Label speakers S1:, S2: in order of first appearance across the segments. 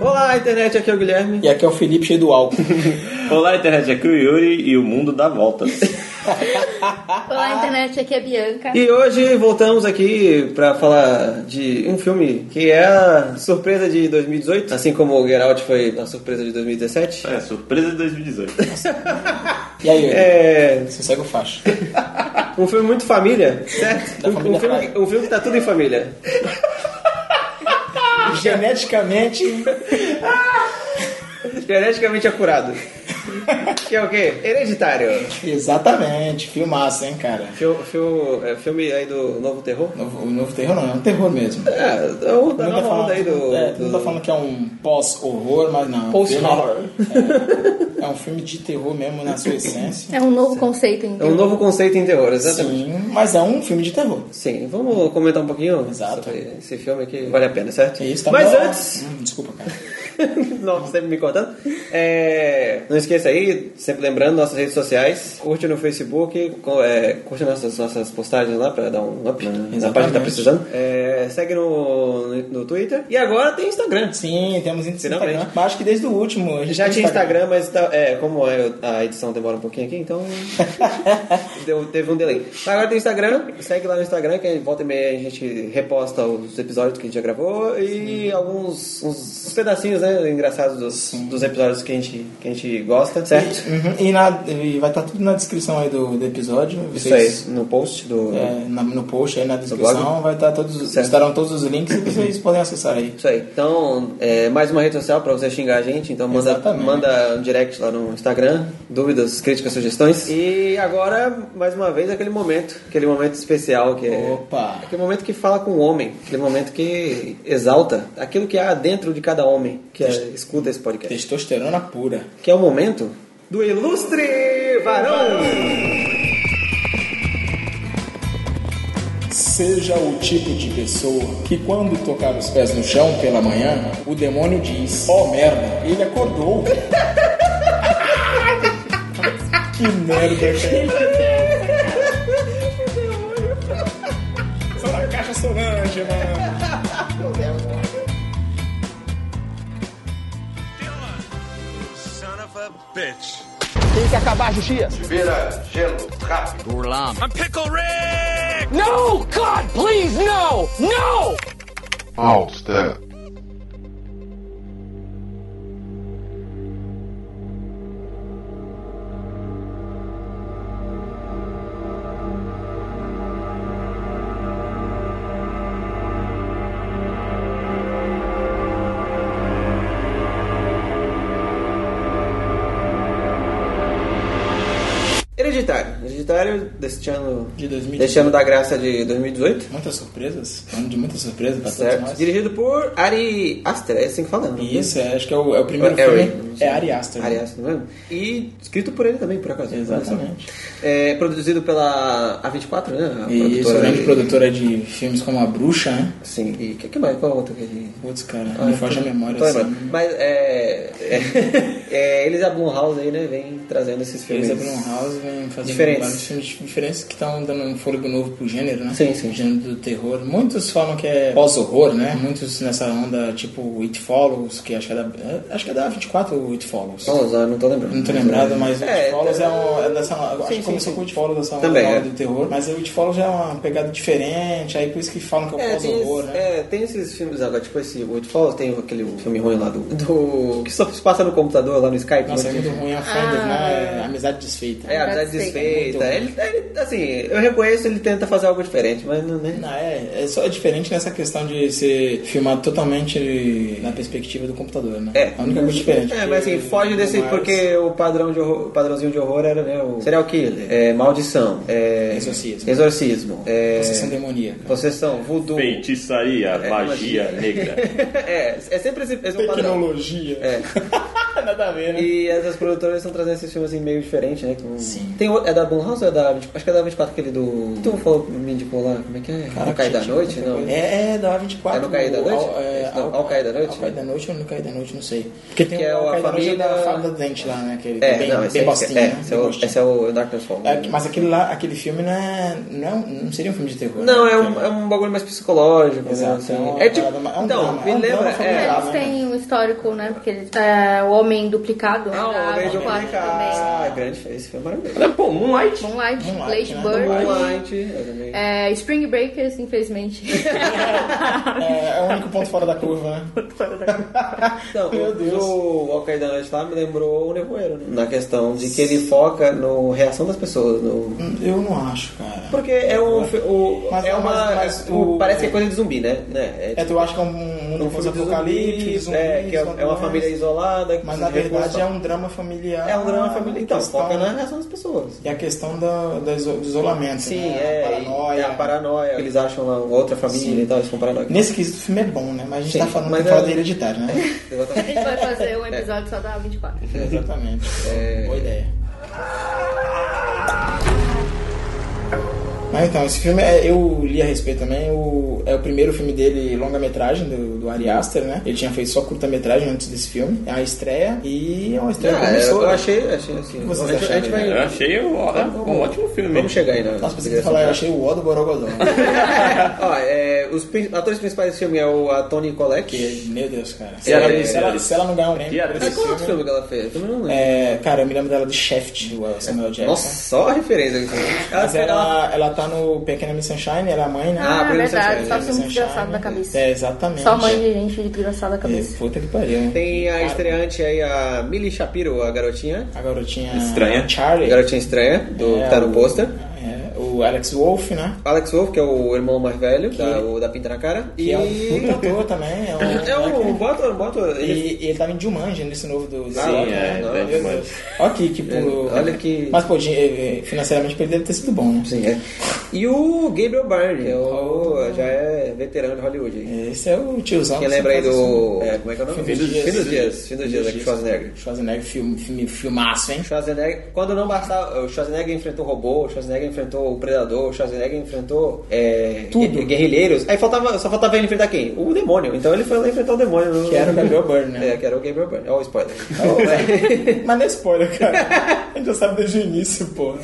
S1: Olá, internet, aqui é o Guilherme.
S2: E aqui é o Felipe cheio do álcool.
S3: Olá, internet, aqui é o Yuri e o mundo dá voltas.
S1: Ah.
S4: Olá, internet, aqui é a Bianca.
S1: E hoje voltamos aqui pra falar de um filme que é a surpresa de 2018, assim como o Geralt foi a surpresa de 2017.
S3: É, surpresa de 2018.
S2: E aí, Yuri?
S1: É
S2: Você segue o facho.
S1: um filme muito família, certo?
S2: Da
S1: Um,
S2: família
S1: um filme,
S2: Frey.
S1: um filme que tá tudo em família.
S2: Geneticamente,
S1: Geneticamente acurado. Que é o quê? Hereditário.
S2: exatamente. Filmaço, hein, cara.
S1: Fil- fil- é, filme aí do novo terror?
S2: Novo- o novo terror não, é um terror mesmo.
S1: É, é o da
S2: Não tá
S1: nova
S2: falando,
S1: onda aí do...
S2: é,
S1: do-
S2: não tá falando que é um pós-horror, mas não.
S1: Post-horror.
S2: É, é um filme de terror mesmo na sua essência.
S4: É um novo conceito,
S1: É
S4: então.
S1: um novo conceito em terror, exatamente.
S2: Sim, mas é um filme de terror.
S1: Sim, vamos comentar um pouquinho
S2: Exato.
S1: sobre esse filme que vale a pena, certo?
S2: É isso, tá
S1: Mas
S2: bom.
S1: antes,
S2: Hum, desculpa, cara.
S1: não, sempre me contando, é, não esqueça aí, sempre lembrando, nossas redes sociais, curte no Facebook, co- é, curte nossas, nossas postagens lá pra dar um up na página que tá
S2: exatamente.
S1: precisando, É, segue no, no Twitter e agora tem Instagram.
S2: Sim, temos
S1: Finalmente.
S2: Instagram. Mas acho que desde o último. a gente
S1: Já
S2: tem
S1: tinha Instagram, mas tá- é, como é, a edição demora um pouquinho aqui, então deu- teve um delay. Mas agora tem Instagram, segue lá no Instagram, que volta e meia a gente reposta os episódios que a gente já gravou e alguns uns pedacinhos né, engraçados dos, dos episódios que a, gente, que a gente gosta, certo?
S2: Uhum, E, na- e vai estar tudo na descrição aí do, do episódio.
S1: Isso aí, no post do...
S2: é, na- no post aí na descrição
S1: blog?
S2: vai estar todos, os-
S1: Certo.
S2: estarão todos os links e vocês podem acessar aí.
S1: Isso aí. Então, é, mais uma rede social pra você xingar a gente. Então, manda,
S2: Exatamente.
S1: manda um direct lá no Instagram. Dúvidas, críticas, sugestões. E agora, mais uma vez, aquele momento. Aquele momento especial que é...
S2: Opa!
S1: Aquele momento que fala com o homem. Aquele momento que exalta aquilo que há dentro de cada homem que é- escuta esse podcast.
S2: Testosterona pura.
S1: Que é o momento do ilustre varão.
S2: Seja o tipo de pessoa que, quando tocar os pés no chão pela manhã, o demônio diz: Oh merda, ele acordou. que merda, cara. Só na caixa Solange, mano.
S5: All step.
S1: Hereditário. Hereditário deste ano...
S2: De 2018.
S1: Deste ano da graça de 2018.
S2: Muitas surpresas. Ano de muitas surpresas pra todos
S1: Certo.
S2: nós.
S1: Dirigido por Ari Aster, é assim que fala. não?
S2: Isso, é, acho que é o, é o primeiro
S1: É Ari.
S2: filme. É Ari Aster.
S1: Ari Aster, não é? E escrito por ele também, por acaso.
S2: Exatamente.
S1: É, produzido pela A24, né? A
S2: E isso,
S1: produtora
S2: grande
S1: aí.
S2: produtora é de filmes como A Bruxa, né?
S1: Sim. E o que, que mais? Qual outro que ele... Ah,
S2: Putz, cara, me foge a memória
S1: Tô
S2: assim.
S1: lembrando. Mas é, é, é, Eles e a Blumhouse aí, né? Vem trazendo esses filmes.
S2: Eles abriram um house, vem fazendo
S1: Diferentes.
S2: vários filmes diferentes que estão dando um fôlego novo pro gênero, né?
S1: Sim, sim.
S2: O gênero do terror. Muitos falam que é pós-horror, né? Muitos nessa onda tipo It Follows, que acho que é da, é, acho que é da 24 o It Follows.
S1: Blumhouse, eu não tô lembrando.
S2: Não tô lembrado, mas o
S1: É,
S2: It Follows é, um, é dessa. eu acho
S1: sim,
S2: que começou
S1: sim.
S2: com o It Follows, dessa onda
S1: Também,
S2: nova
S1: é.
S2: do terror. Mas o It Follows já é uma pegada diferente, aí por isso que falam que é o
S1: É tem,
S2: pós-horror,
S1: esse-
S2: né?
S1: é, tem esses filmes agora, tipo esse Wood Falls, tem aquele filme ruim lá do. do- que só se passa no computador lá no Skype.
S2: Nossa, é
S1: né?
S2: muito ruim, a Friends, né? É Amizade desfeita.
S1: É, a amizade
S4: Desfeita.
S1: desfeita. Ele, ele, assim, eu reconheço ele tenta fazer algo diferente, mas não, né?
S2: Não, é, é só é diferente nessa questão de ser filmado totalmente na perspectiva do computador, né?
S1: É.
S2: A única coisa diferente.
S1: É, mas assim,
S2: Porque
S1: foge desse.
S2: mais
S1: Porque o padrão de horror, o padrãozinho de horror era, né? O serial killer, é, maldição, é,
S2: Exorcismo.
S1: exorcismo, é,
S2: Possessão demoníaca.
S1: possessão, voodoo. É,
S3: Feitiçaria, magia
S1: magia.
S3: negra.
S1: é, é sempre esse, esse é o padrão.
S2: Tecnologia.
S1: É.
S2: Nada a ver, né?
S1: E essas produtoras estão trazendo esses filmes assim, meio diferente, né? Com...
S2: Sim.
S1: Tem outro- é da Blumhouse ou é da. 24? Acho que é da 24, aquele do. Tu falou, me indicou lá, como é que é?
S2: Cara,
S1: no Cair da
S2: gente,
S1: Noite?
S2: muita
S1: Não.
S2: coisa. É, é da 24.
S1: É no Cair da Noite?
S2: Ao, é,
S1: Não, Ao Cair da Noite?
S2: Ao Cair da Noite ou no Cair da Noite, não sei. Porque tem
S1: Que é
S2: o Ao
S1: a
S2: Cair da Noite é da
S1: família-
S2: fada dente lá, né? Aquele
S1: É,
S2: bem,
S1: não, esse,
S2: bem
S1: é,
S2: bostinho,
S1: esse, é,
S2: né?
S1: esse é
S2: Bem
S1: o,
S2: bostinho.
S1: esse é o Darkness Fall.
S2: É, mas aquele lá, aquele filme não é, não, é um- não seria um filme de terror.
S1: Não,
S2: né?
S1: é um, é um bagulho mais psicológico, né,
S2: Exato,
S1: assim.
S2: é uma
S1: É tipo,
S2: parada mais- é um
S1: então,
S2: drama,
S1: me
S2: é um
S1: lembra,
S2: drama
S1: é,
S2: familiar.
S4: eles têm um histórico, né? Porque eles, é, o Homem Duplicado. né?
S1: Ah,
S4: da
S1: o Homem
S4: Água Quatro
S1: Duplicado. Ah, grande, esse foi maravilhoso.
S3: Mas, pô, Moonlight.
S4: também. Moonlight,
S2: Moonlight,
S4: Late
S2: né?
S4: Bird.
S1: Moonlight, eu também.
S4: É, Spring Breakers, infelizmente.
S2: É, é o único ponto fora da curva, né?
S1: Não,
S2: Meu
S1: Então, o-
S2: Deus.
S1: o Walker da Noite lá me lembrou o Nevoeiro, né? Na questão de que ele foca na reação das pessoas, no...
S2: Eu não acho, cara.
S1: Porque é um... fi- o-
S2: Mas-
S1: é uma,
S2: mas- mas o-
S1: parece que é coisa de zumbi, né? Né?
S2: É, tu acha que é um mundo
S1: um filme de
S2: apocalíptico,
S1: zumbi,
S2: zumbis,
S1: é, que é, é uma
S2: vampiros,
S1: família isolada. que
S2: Mas
S1: precisa
S2: na
S1: de
S2: verdade
S1: reconstrução.
S2: é um drama familiar.
S1: É um drama familiar. Então,
S2: questão-
S1: foca na reação das pessoas.
S2: E a questão da, da iso- do isolamento,
S1: Sim,
S2: né?
S1: é.
S2: a paranoia.
S1: é a paranoia. Eles acham lá outra família
S2: Sim.
S1: e tal, eles são paranoicos.
S2: Nesse quesito o filme é bom, né? Mas a gente
S1: Sim,
S2: tá falando
S1: mas
S2: que fala
S1: é-
S2: de hereditário, né?
S4: A
S1: Exatamente.
S4: gente vai fazer um episódio só da 24.
S2: Exatamente.
S1: É,
S2: Boa ideia. Mas então, esse filme, é- eu li a respeito também, o, é o primeiro filme dele, longa-metragem, do, do Ari Aster, né? Ele tinha feito só curta-metragem antes desse filme, é a estreia, e é uma estreia
S1: Ah, eu, eu
S2: promissora.
S1: achei, achei assim.
S2: Vocês
S1: a gente, a gente
S2: acharam,
S1: vai.
S3: Eu achei um, ó-
S2: É
S3: um ótimo filme.
S1: Vamos chegar aí, né?
S2: Nossa, pensei que você ia falar, eu achei o ó do Borogodó.
S1: Ó, é, os prin- atores principais desse filme é o, a Tony Collette.
S2: Meu Deus, cara. É, Se,
S3: E a
S2: ela,
S3: atriz,
S2: se,
S3: e a
S2: ela,
S3: atriz?
S2: se ela não ganhar um
S3: E
S2: prêmio
S3: a
S2: por
S1: Mas
S2: esse
S1: É, qual outro
S2: filme...
S1: filme que ela fez? Eu também não lembro.
S2: É, cara, eu me lembro dela do Shaft, do Samuel Jackson.
S1: É, Nossa, só a referência. aqui. Ela,
S2: Mas ela, ela tá no Pequena Miss Sunshine, ela é a mãe, né?
S1: Ah,
S4: Ah,
S1: Brilho
S4: verdade.
S1: Sunshine,
S4: Só
S1: Brilho
S4: filme desgraçado
S1: né?
S4: da
S2: Sunshine.
S4: cabeça.
S2: É, exatamente.
S4: Só mãe de gente desgraçada da
S2: É,
S4: cabeça.
S2: puta que pariu. né?
S1: Tem a estreante aí, a Millie Shapiro, a garotinha.
S2: A garotinha...
S3: Estranha.
S1: A
S2: Charlie.
S1: garotinha estranha, do,
S2: É,
S1: que tá no
S2: o-
S1: pôster.
S2: É, o Alex Wolff, né?
S1: Alex Wolff, que é o irmão mais velho, da, o da pinta na cara.
S2: Que
S1: e
S2: é um puta ator também. É um...
S1: É um bom ator, um bom ator.
S2: E,
S1: Ele-
S2: e ele tava em Jumanji né, nesse novo
S1: Ah,
S2: do... do-
S1: sim,
S2: né?
S1: é,
S2: Meu
S1: tá em
S2: Deus.
S3: Jumanji.
S2: Olha aqui, que pulo.
S1: É, olha que-
S2: Mas, pô, de- eh, eh, financeiramente pra ele deve ter sido bom, né?
S1: Sim, é. E o Gabriel Byrne, que é o, já é veterano de Hollywood. aí.
S2: Esse é o tiozão.
S1: Quem
S2: que
S1: lembra aí
S2: sempre faz assim.
S1: do.
S2: esse filme.
S1: é, como é que é o nome?
S2: Fim dos Dias.
S1: Fim dos Dias. Fim dos Dias, é com Schwarzenegger.
S2: Schwarzenegger, filme, filme, filmaço, hein?
S1: Schwarzenegger, quando não bastava, o Schwarzenegger enfrentou o robô, o Schwarzenegger enfrentou o predador, o Schwarzenegger enfrentou é,
S2: Tudo.
S1: gue- guerrilheiros. Aí faltava, só faltava ele enfrentar quem? O demônio. Então ele foi lá enfrentar o demônio. No...
S2: Que era o Gabriel Byrne, né? Tá
S1: É, que era o Gabriel Byrne. Ó, o spoiler.
S2: Mas não é spoiler, cara. A gente já sabe desde o início, pô.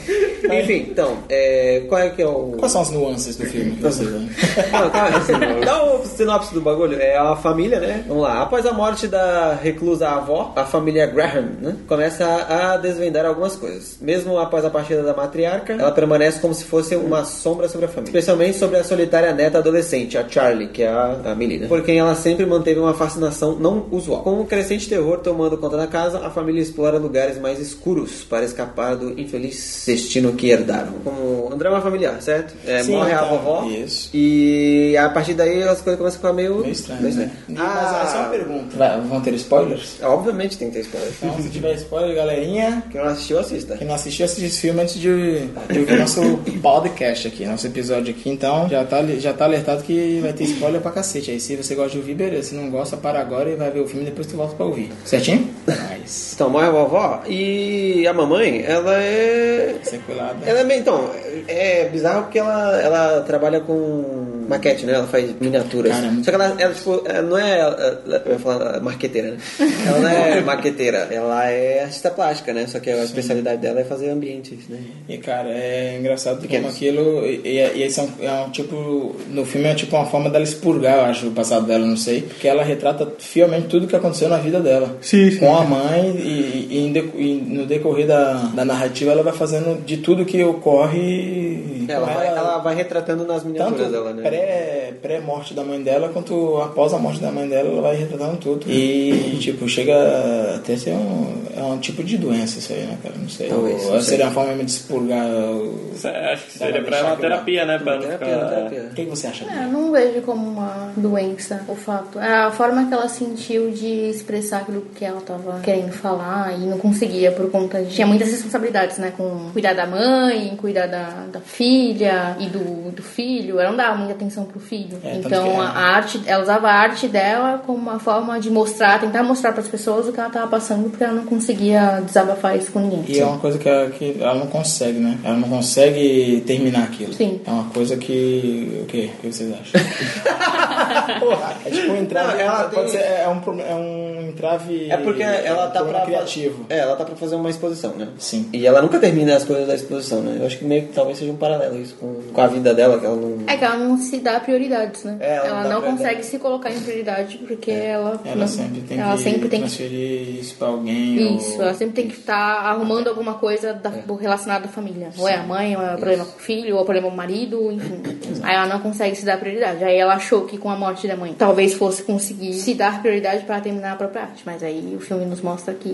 S2: Mas-
S1: Enfim, então, é, qual é que é o.
S2: Quais são as nuances do filme que você vê?
S1: Não, calma, assim, dá o sinopse do bagulho. É a família, né? Vamos lá. Após a morte da reclusa avó, a família Graham, né? Começa a desvendar algumas coisas. Mesmo após a partida da matriarca, ela permanece como se fosse uma sombra sobre a família. Especialmente sobre a solitária neta adolescente, a Charlie, que é a, a Millie, né? Por quem ela sempre manteve uma fascinação não usual. Com o crescente terror tomando conta da casa, a família explora lugares mais escuros para escapar do infeliz destino que herdaram. Como um drama familiar, certo? É,
S2: Sim,
S1: morre a
S2: então,
S1: vovó.
S2: isso.
S1: E a partir daí as coisas começam a ficar meio.
S2: Meio estranho, né?
S1: Ah, é,
S2: Mas é só uma pergunta. Vai- vão ter spoilers?
S1: Obviamente tem que ter spoiler.
S2: Então, se tiver spoiler, galerinha,
S1: Quem não assistiu, assista.
S2: quem não assistiu, assiste esse filme antes de, de ouvir nosso podcast aqui, nosso episódio aqui. Então, já tá, já tá alertado que vai ter spoiler pra cacete. Aí, se você gosta de ouvir, beleza. Se não gosta, para agora e vai ver o filme depois tu volta pra ouvir. Certinho? Mas,
S1: Então, morre a vovó e a mamãe, ela é.
S2: sequelada.
S1: Ela é meio. Então, é bizarro porque ela, ela trabalha com maquete, né? Ela faz miniaturas.
S2: Caramba.
S1: Só que ela, ela, tipo, ela não é. ela- Eu ia falar marqueteira, né? Ela não é marqueteira, ela é artista plástica, né? Só que a especialidade dela é fazer ambientes, né?
S2: E cara, é engraçado
S1: Pequenos.
S2: como aquilo. E, e, e aí são, é um tipo. No filme é tipo uma forma dela expurgar, eu acho, o passado dela, não sei. Porque ela retrata fielmente tudo que aconteceu na vida dela. Sim. Com a mãe e, e em deco- e no decorrer da, da narrativa ela vai fazendo de tudo que ocorre.
S1: Ela
S2: com
S1: vai, ela vai retratando nas miniaturas
S2: Então tanto
S1: dela, né?
S2: pré, pré-morte da mãe dela, quanto após a morte da mãe dela, ela vai retratando tudo. E, tipo, chega até a ser um, é um tipo de doença isso aí, né, cara? Não sei.
S1: Talvez,
S2: Ou
S1: não sei.
S2: seria uma forma de expurgar o...
S3: Isso é- Acho que
S2: Dá
S3: seria
S2: pra
S3: pra ela
S2: deixar
S3: uma terapia, né? Pra não
S1: Terapia,
S3: ficar...
S1: terapia.
S2: O que que você acha
S4: É,
S2: dele?
S4: Eu não vejo como uma doença o fato. É a forma que ela sentiu de expressar aquilo que ela tava querendo falar e não conseguia por conta de. Tinha muitas responsabilidades, né? Com cuidar da mãe, cuidar da, da filha e do, do filho. Ela não dava muita atenção pro filho.
S2: É, tanto que
S4: então
S2: é.
S4: a arte, ela usava a arte dela como uma forma de mostrar, tentar mostrar para as pessoas o que ela tava passando, porque ela não conseguia desabafar isso com ninguém.
S2: E é uma coisa que ela, que ela não consegue, né? Ela não consegue terminar aquilo.
S4: Sim.
S2: É uma coisa que. O quê? O que vocês acham? Porra, é tipo um entrave.
S1: Não, ela
S2: pode
S1: tem-
S2: ser- é, um, pro- é um entrave.
S1: É porque ela tá
S2: um problema
S1: pra.
S2: criativo.
S1: É, ela tá pra fazer uma exposição, né?
S2: Sim.
S1: E ela nunca termina as coisas da exposição, né? Eu acho que meio que talvez seja um paralelo isso com, com a vida dela, que ela não.
S4: É que ela não se dá prioridades, né?
S1: É, ela
S4: ela
S1: não dá
S4: não
S1: prioridade.
S4: consegue se colocar em prioridade porque ela.
S2: Ela
S4: não-
S2: sempre tem
S4: ela
S2: que
S4: sempre tem que
S2: transferir isso pra alguém.
S4: Isso,
S2: ou...
S4: ela sempre tem que estar arrumando alguma coisa da, relacionada à família. Ou é a mãe, ou é problema com o filho, ou é problema com o marido, enfim. Aí ela não consegue se dar prioridade. Aí ela achou que com a morte da mãe talvez fosse conseguir se dar prioridade para terminar a própria arte. Mas aí o filme nos mostra que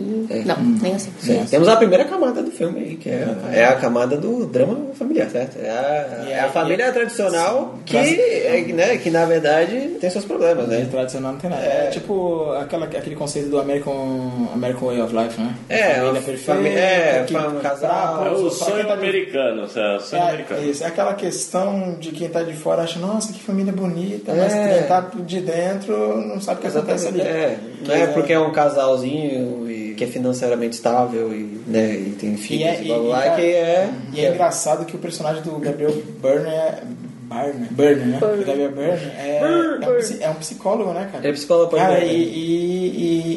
S4: não, nem assim.
S1: Sim. Temos a primeira camada do filme aí, que é, é a camada do drama familiar, certo? É a,
S2: Uhum. E
S1: é a
S2: aí-
S1: família tradicional que,
S2: Mas-
S1: é, né, que na verdade tem seus problemas,
S2: É,
S1: né?
S2: tradicional não tem nada. É, tipo aquela, aquele conceito do American, American Way of Life, né?
S1: É,
S2: família
S1: a
S2: perfeita,
S1: fami- é,
S2: que-
S1: fam- casal,
S2: pra-
S3: É o
S2: pra quem
S3: sonho
S2: tá de-
S3: americano, é o sonho
S2: É,
S3: americano.
S2: isso, é aquela questão de quem tá de fora acha, nossa, que família bonita, mas
S1: É.
S2: quem tá de dentro não sabe o que acontece tá ali.
S1: É, não é porque é um casalzinho e que é financeiramente estável e, né, e tem
S2: E
S1: filhos
S2: é,
S1: e,
S2: e,
S1: blá blá, blá,
S2: cara,
S1: que é.
S2: e é engraçado que o personagem do Gabriel Byrne é. Barner, Burner, né? O Gabriel Byrne é, é, um, psi- é um psicólogo, né, cara?
S1: Ele é psicólogo pra
S2: Cara,
S1: mulher,
S2: e,
S1: né?
S2: e-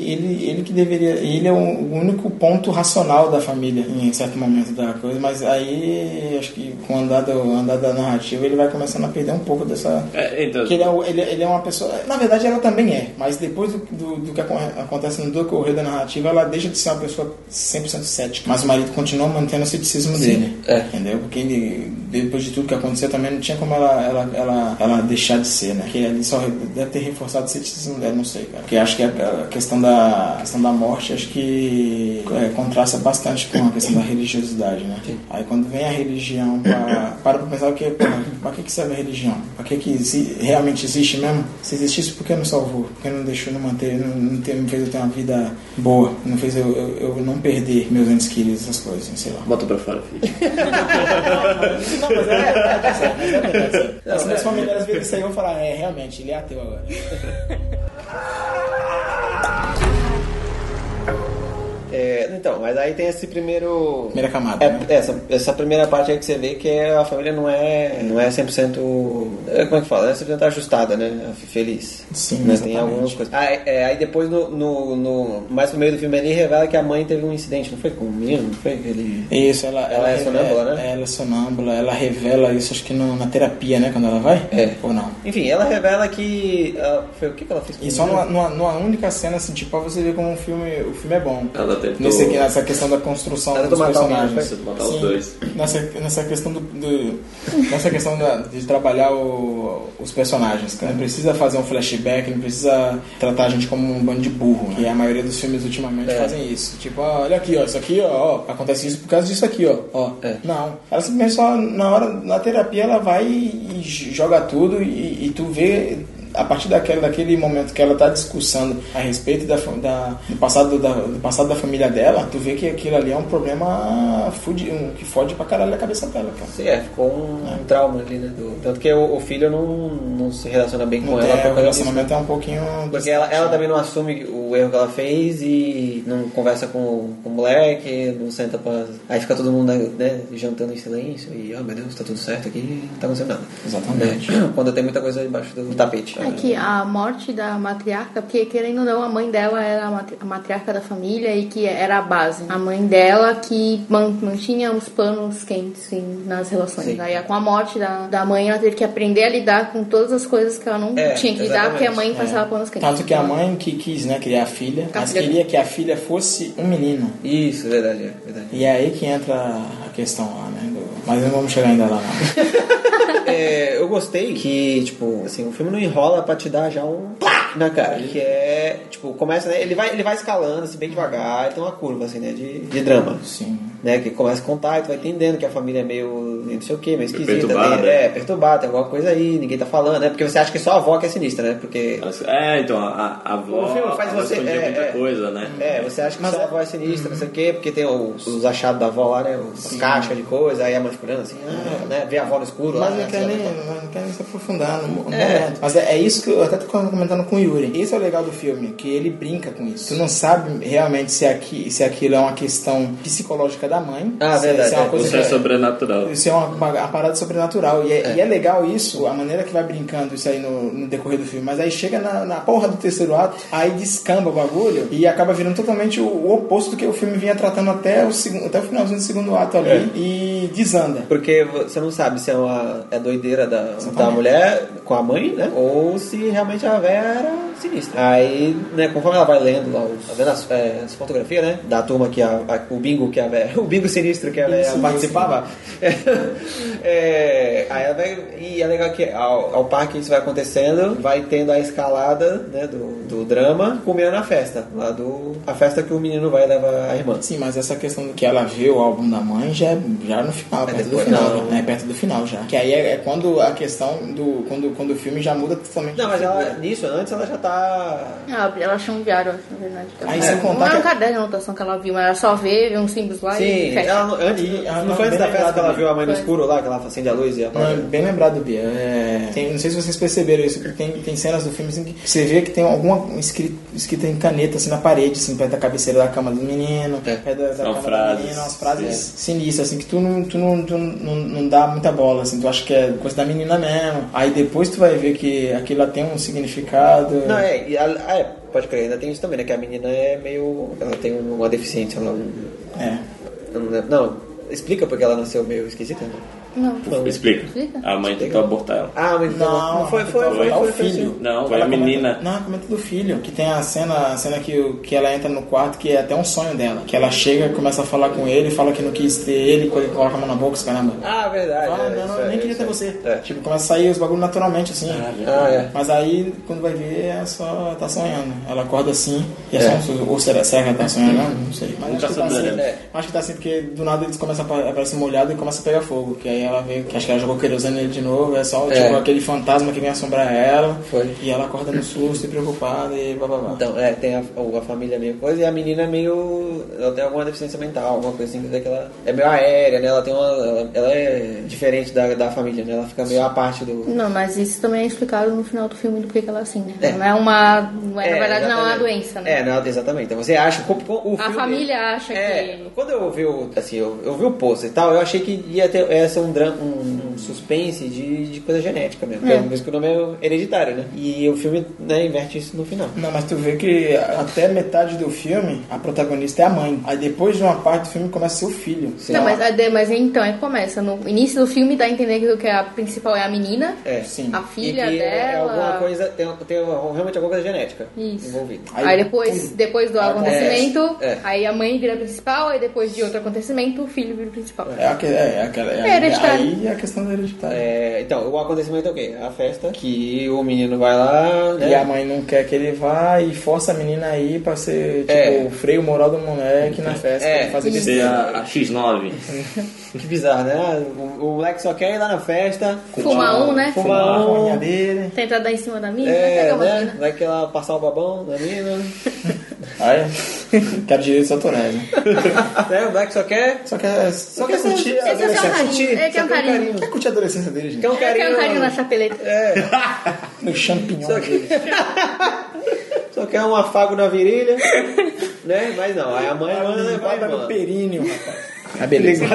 S2: e ele, ele que deveria. Ele é o único ponto racional da família em certo momento da coisa, mas aí acho que com o andar, do, o andar da narrativa ele vai começando a perder um pouco dessa,
S3: É, então,
S2: Porque ele é, o- ele, ele é uma pessoa. Na verdade, ela também é, mas depois do, do, do que acon- acontece no decorrer da narrativa, ela deixa de ser uma pessoa 100% cética. Mas o marido continua mantendo o ceticismo dele.
S1: é.
S2: Entendeu? Porque ele, depois de tudo que aconteceu, também não tinha como ela, ela, ela, ela deixar de ser, né? Porque ele só re- deve ter reforçado o ceticismo dela, não sei, cara. Porque acho que a, a questão, da, a questão da morte, acho que é, contrasta bastante com a questão da religiosidade, né? Aí quando vem a religião, pra, para pra pensar que, porra, pra que, que serve a religião? Pra que, que exi- realmente existe mesmo? Se existisse, por que não salvou? Por que não deixou, não manter, não, não, ter, não fez eu ter uma vida boa? Não fez eu, eu, eu não perder meus entes queridos, essas coisas, sei lá.
S3: Bota pra fora, filho.
S2: Não, mas é verdade, isso é verdade. isso é. As minhas familiares viram isso aí e vão falar, é, realmente, ele é ateu agora.
S1: É, então, mas aí tem esse primeiro.
S2: Primeira camada, né?
S1: É, essa, essa primeira parte aí que você vê que é- a família não é, não é 100%. é, Como é que fala? É 100% ajustada, né? Feliz.
S2: Sim,
S1: Né? Tem
S2: exatamente.
S1: algumas coisas. Ah, é, é, aí depois, no, no, no- mais pro meio do filme ali, revela que a mãe teve um incidente, não foi com o menino? Não foi? Ele.
S2: Isso, ela,
S1: Ela é sonâmbula, né?
S2: Ela é sonâmbula, ela revela isso, acho que no- na terapia, né? Quando ela vai?
S1: É.
S2: Ou não?
S1: Enfim, ela revela que. ah, foi o que, que ela fez com
S2: E
S1: o
S2: só
S1: menino?
S2: numa, numa, numa única cena, assim, tipo, pra você ver como o filme, o filme é bom.
S3: Ela tentou-
S2: Nesse aqui, nessa questão da construção
S1: Ela
S2: dos
S1: tentou matar o menino,
S2: personagens.
S3: foi? Tentou matar os dois.
S2: Nessa, nessa questão do. do- nessa questão da- de trabalhar o- os personagens, cara. Não precisa fazer um flashback, não precisa tratar a gente como um bando de burro. Né? E a maioria dos filmes ultimamente fazem isso. Tipo, ó, olha aqui, ó, isso aqui, ó, ó, acontece isso por causa disso aqui, ó. ó.
S1: É.
S2: Não. Ela simplesmente só, na hora, na terapia, ela vai e j- joga tudo e, e tu vê, a partir daquele, daquele momento que ela tá discussando a respeito da, fa- da- do, passado da, do passado da família dela, tu vê que aquilo ali é um problema fude, um, que fode pra caralho a cabeça dela, cara.
S1: Sim, é, ficou um trauma ali, né? do- Tanto que o, o filho não, não se relaciona bem com
S2: Não
S1: ela
S2: tem-
S1: por
S2: o
S1: causa disso.
S2: relacionamento é um pouquinho...
S1: Porque ela, ela também não assume o erro que ela fez e não conversa com, com o moleque, não senta pra. Aí fica todo mundo né, jantando em silêncio e, ah meu Deus, tá tudo certo aqui, não tá acontecendo nada.
S2: Exatamente.
S1: Né? Quando tem muita coisa debaixo do tapete.
S4: É que a morte da matriarca, porque querendo ou não, a mãe dela era a matri- a matriarca da família e que era a base. né? A mãe dela que man- mantinha os panos quentes sim, nas relações.
S1: Sim.
S4: Aí com a morte da, da mãe, ela teve que aprender a lidar com todas as coisas que ela não
S1: É,
S4: tinha que lidar, porque a mãe
S1: exatamente. É.
S4: passava panos quentes.
S2: Tanto que a mãe que quis, né, criar a filha,
S4: A
S2: mas
S4: filha-
S2: queria que a filha fosse um menino.
S1: Isso, verdade, é, verdade.
S2: E é aí que entra a questão lá, né? do- Mas não vamos chegar ainda lá, não.
S1: É, eu gostei que, tipo, assim, o filme não enrola pra te dar já um. Plá! na cara. Que é, tipo, começa, né? Ele vai, ele vai escalando, assim, bem devagar, e tem uma curva, assim, né? De, de drama.
S2: Sim.
S1: Né, que começa a contar e tu vai entendendo que a família é meio não sei o que, meio esquisita,
S3: Perturbada,
S1: tem-
S3: né?
S1: é, perturbada, tem alguma coisa aí, ninguém tá falando, né? Porque você acha que só a avó que é sinistra, né? Porque
S3: É, então, a, a avó.
S1: O filme faz
S3: ela
S1: você-
S3: escondia
S1: é,
S3: muita
S1: é.
S3: coisa, né?
S1: É, você acha que só a avó é sinistra, não sei o quê, porque tem os, os achados da avó lá, né? As caixas de coisa, aí a mãe ficando assim, ah, né? Vê a avó no escuro lá.
S2: Mas
S1: né,
S2: não quer
S1: sei lá.
S2: nem, mas não quer nem se aprofundar no, no
S1: É.
S2: momento. Mas é, é isso que eu até tô comentando com o Yuri. Esse é o legal do filme, que ele brinca com isso. Tu não sabe realmente se, aqui, se aquilo é uma questão psicológica da mãe.
S1: Ah,
S2: se,
S1: verdade,
S2: se é uma
S1: é.
S2: coisa
S3: Você é
S2: que-
S3: sobrenatural.
S2: isso é uma, uma, uma parada sobrenatural. E é, e é legal isso, a maneira que vai brincando isso aí no, no decorrer do filme. Mas aí chega na, na porra do terceiro ato, aí descamba o bagulho e acaba virando totalmente o, o oposto do que o filme vinha tratando até o, segundo, até o finalzinho do segundo ato ali. E desanda.
S1: Porque você não sabe se é uma é doideira da, da mulher com a mãe, né? Ou se realmente a véia era sinistra. Aí, né, conforme ela vai lendo lá, os, tá vendo as, é, as fotografias, né? Da turma que a, a- o bingo que a véia, o bingo sinistro que a véia
S2: Sinistro.
S1: participava. É, aí ela vai, e é legal que ao, ao par que isso vai acontecendo, vai tendo a escalada, né, do, do drama, culminando na festa, lá do... A festa que o menino vai levar a irmã.
S2: Sim, mas essa questão do que ela vê o álbum da mãe já é já no final, perto do
S1: depois,
S2: final,
S1: não.
S2: né? Perto do final já. Que aí é, é quando a questão do. Quando, quando o filme já muda totalmente.
S1: Não,
S2: de
S1: mas
S2: figura.
S1: ela, nisso, antes ela já tá...
S4: Ah, ela achou um viado, eu acho, na verdade.
S2: Aí sem contar
S4: Não era
S2: que-
S4: um caderno de anotação que ela viu, mas ela só vê, vê uns símbolos lá e
S1: Sim,
S4: fecha.
S1: ela, não- antes,
S2: E ela
S1: não
S2: não
S1: foi antes da
S2: bem
S1: festa que ela
S2: lembrada,
S1: viu a mãe no
S4: Foi.
S1: escura lá, que ela acende a luz e
S2: Não, é
S1: apaga.
S2: bem lembrado, Bia. É, tem- não sei se vocês perceberam isso, porque tem, tem cenas do filme assim, que você vê que tem alguma escrita, escrita em caneta assim, na parede, assim, perto da cabeceira da cama do menino,
S1: É.
S2: perto da, da
S3: São
S2: cama
S3: frases,
S2: do menino, umas frases
S3: é.
S2: sinistras, assim, que tu, não, tu, não, tu não, não dá muita bola, assim, tu acha que é coisa da menina mesmo. Aí depois tu vai ver que aquilo lá tem um significado.
S1: Não, é, e a- ah, é, pode crer, ainda tem isso também, né? Que a menina é meio. Ela tem um, uma deficiência, ela.
S2: É.
S1: eu Não, lembro- não, explica porque ela nasceu meio esquisita. né?
S4: Não.
S1: Não.
S3: Explica.
S4: Explica.
S3: A mãe tentou abortar ela.
S1: Ah, mas então. Não, foi, foi,
S2: ela
S1: foi,
S2: comenta
S1: foi,
S2: o filho.
S1: sim.
S3: Não, foi
S2: Ela
S3: a
S2: comenta-
S3: menina.
S2: é Não, ela comenta do filho. Que tem a cena, a cena que, o- que ela entra no quarto, que é até um sonho dela. Que ela chega, começa a falar com ele, fala que não quis ter ele, co- coloca a mão na boca, os caramba.
S1: Ah, verdade.
S2: Fala,
S1: é,
S2: não, não,
S1: isso
S2: eu
S1: é,
S2: nem queria
S1: isso
S2: ter
S1: é.
S2: você.
S1: É.
S2: Tipo, começa a sair os bagulhos naturalmente, assim.
S1: Ah, é.
S2: Mas aí, quando vai ver, é só tá sonhando. Ela acorda assim, e é,
S1: É.
S2: só um susto. Ou será, será que ela tá sonhando? Não sei. Mas acho
S3: Nunca
S2: que, tá assim,
S3: saberemos.
S1: É.
S2: acho que tá assim, porque do nada eles começam a pa- aparecer molhado e começa a pegar fogo. Que aí ela vê que acho que ela jogou querosene nele de novo, é só
S1: É.
S2: tipo aquele fantasma que vem assombrar ela.
S1: Foi.
S2: E ela acorda no susto e preocupada e blá blá blá.
S1: Então, é, tem a, o- a família meio coisa e a menina é meio. Ela tem alguma deficiência mental, alguma coisa assim, quer dizer que ela é meio aérea, né? Ela tem uma. Ela, ela é diferente da, da família, né? Ela fica meio à parte do.
S4: Não, mas isso também é explicado no final do filme do porquê que ela é assim, né?
S1: É.
S4: Não é uma. não é- na verdade, não é uma
S1: exatamente.
S4: doença, né?
S1: É, não, exatamente. Então você acha. co- co- O
S4: A
S1: filme-
S4: família acha
S1: É,
S4: que-
S1: Quando eu vi o. Assim, eu, eu vi o pôster e tal, eu achei que ia ter essa um, dra- um, um suspense de, de coisa genética mesmo.
S4: É.
S1: Pelo menos que o nome é hereditário, né? E o filme né, inverte isso no final.
S2: Não, mas tu vê que até metade do filme a protagonista é a mãe. Aí depois de uma parte do filme começa a ser o filho.
S1: Sim.
S4: Não, mas, é- mas então, é que começa. No início do filme dá a entender que o que é a principal é a menina.
S1: É.
S2: Sim.
S4: A filha
S1: e que É
S4: dela.
S1: alguma coisa. Tem, tem realmente alguma coisa genética
S4: Isso.
S1: envolvida.
S4: Aí,
S2: Aí-
S4: depois, depois do acontecimento,
S1: é.
S4: aí a mãe vira principal, aí depois de outro acontecimento, o filho vira principal.
S2: É, aque- é, aquela.
S4: É hereditário.
S2: Aí é a questão da hereditária.
S1: É, então, o acontecimento é o quê? A festa que o menino vai lá. Né?
S2: E a mãe não quer que ele vá e força a menina aí pra ser tipo,
S1: É.
S2: o freio moral do moleque na festa
S1: É.
S2: pra fazer
S3: Ser
S2: besteira.
S3: a, a X9.
S1: Que bizarro, né? Ah, O, o moleque só quer ir lá na festa.
S4: Fumar um, né?
S1: Fumar
S2: A
S1: um.
S2: maconha dele.
S4: Tentar dar em cima da mina,
S1: É,
S4: pegar uma
S1: né?
S4: mina.
S1: Vai que ela passar o babão na mina.
S2: Aí, quero direitos autorais, né?
S1: né? O moleque só quer.
S2: Só quer, só quer curtir a
S4: Ele quer um
S2: adolescência.
S4: carinho. Ele quer um carinho.
S2: é Quer curtir a adolescência dele, gente?
S1: Quer um
S4: Ele quer um carinho na
S1: carinho. É,
S4: chapeleta.
S2: No champignon
S1: Só
S2: dele.
S1: quer... só quer um afago na virilha. né? Mas não, aí a mãe manda, vai,
S2: Guarda no
S1: manda.
S2: períneo, rapaz. Ah, beleza.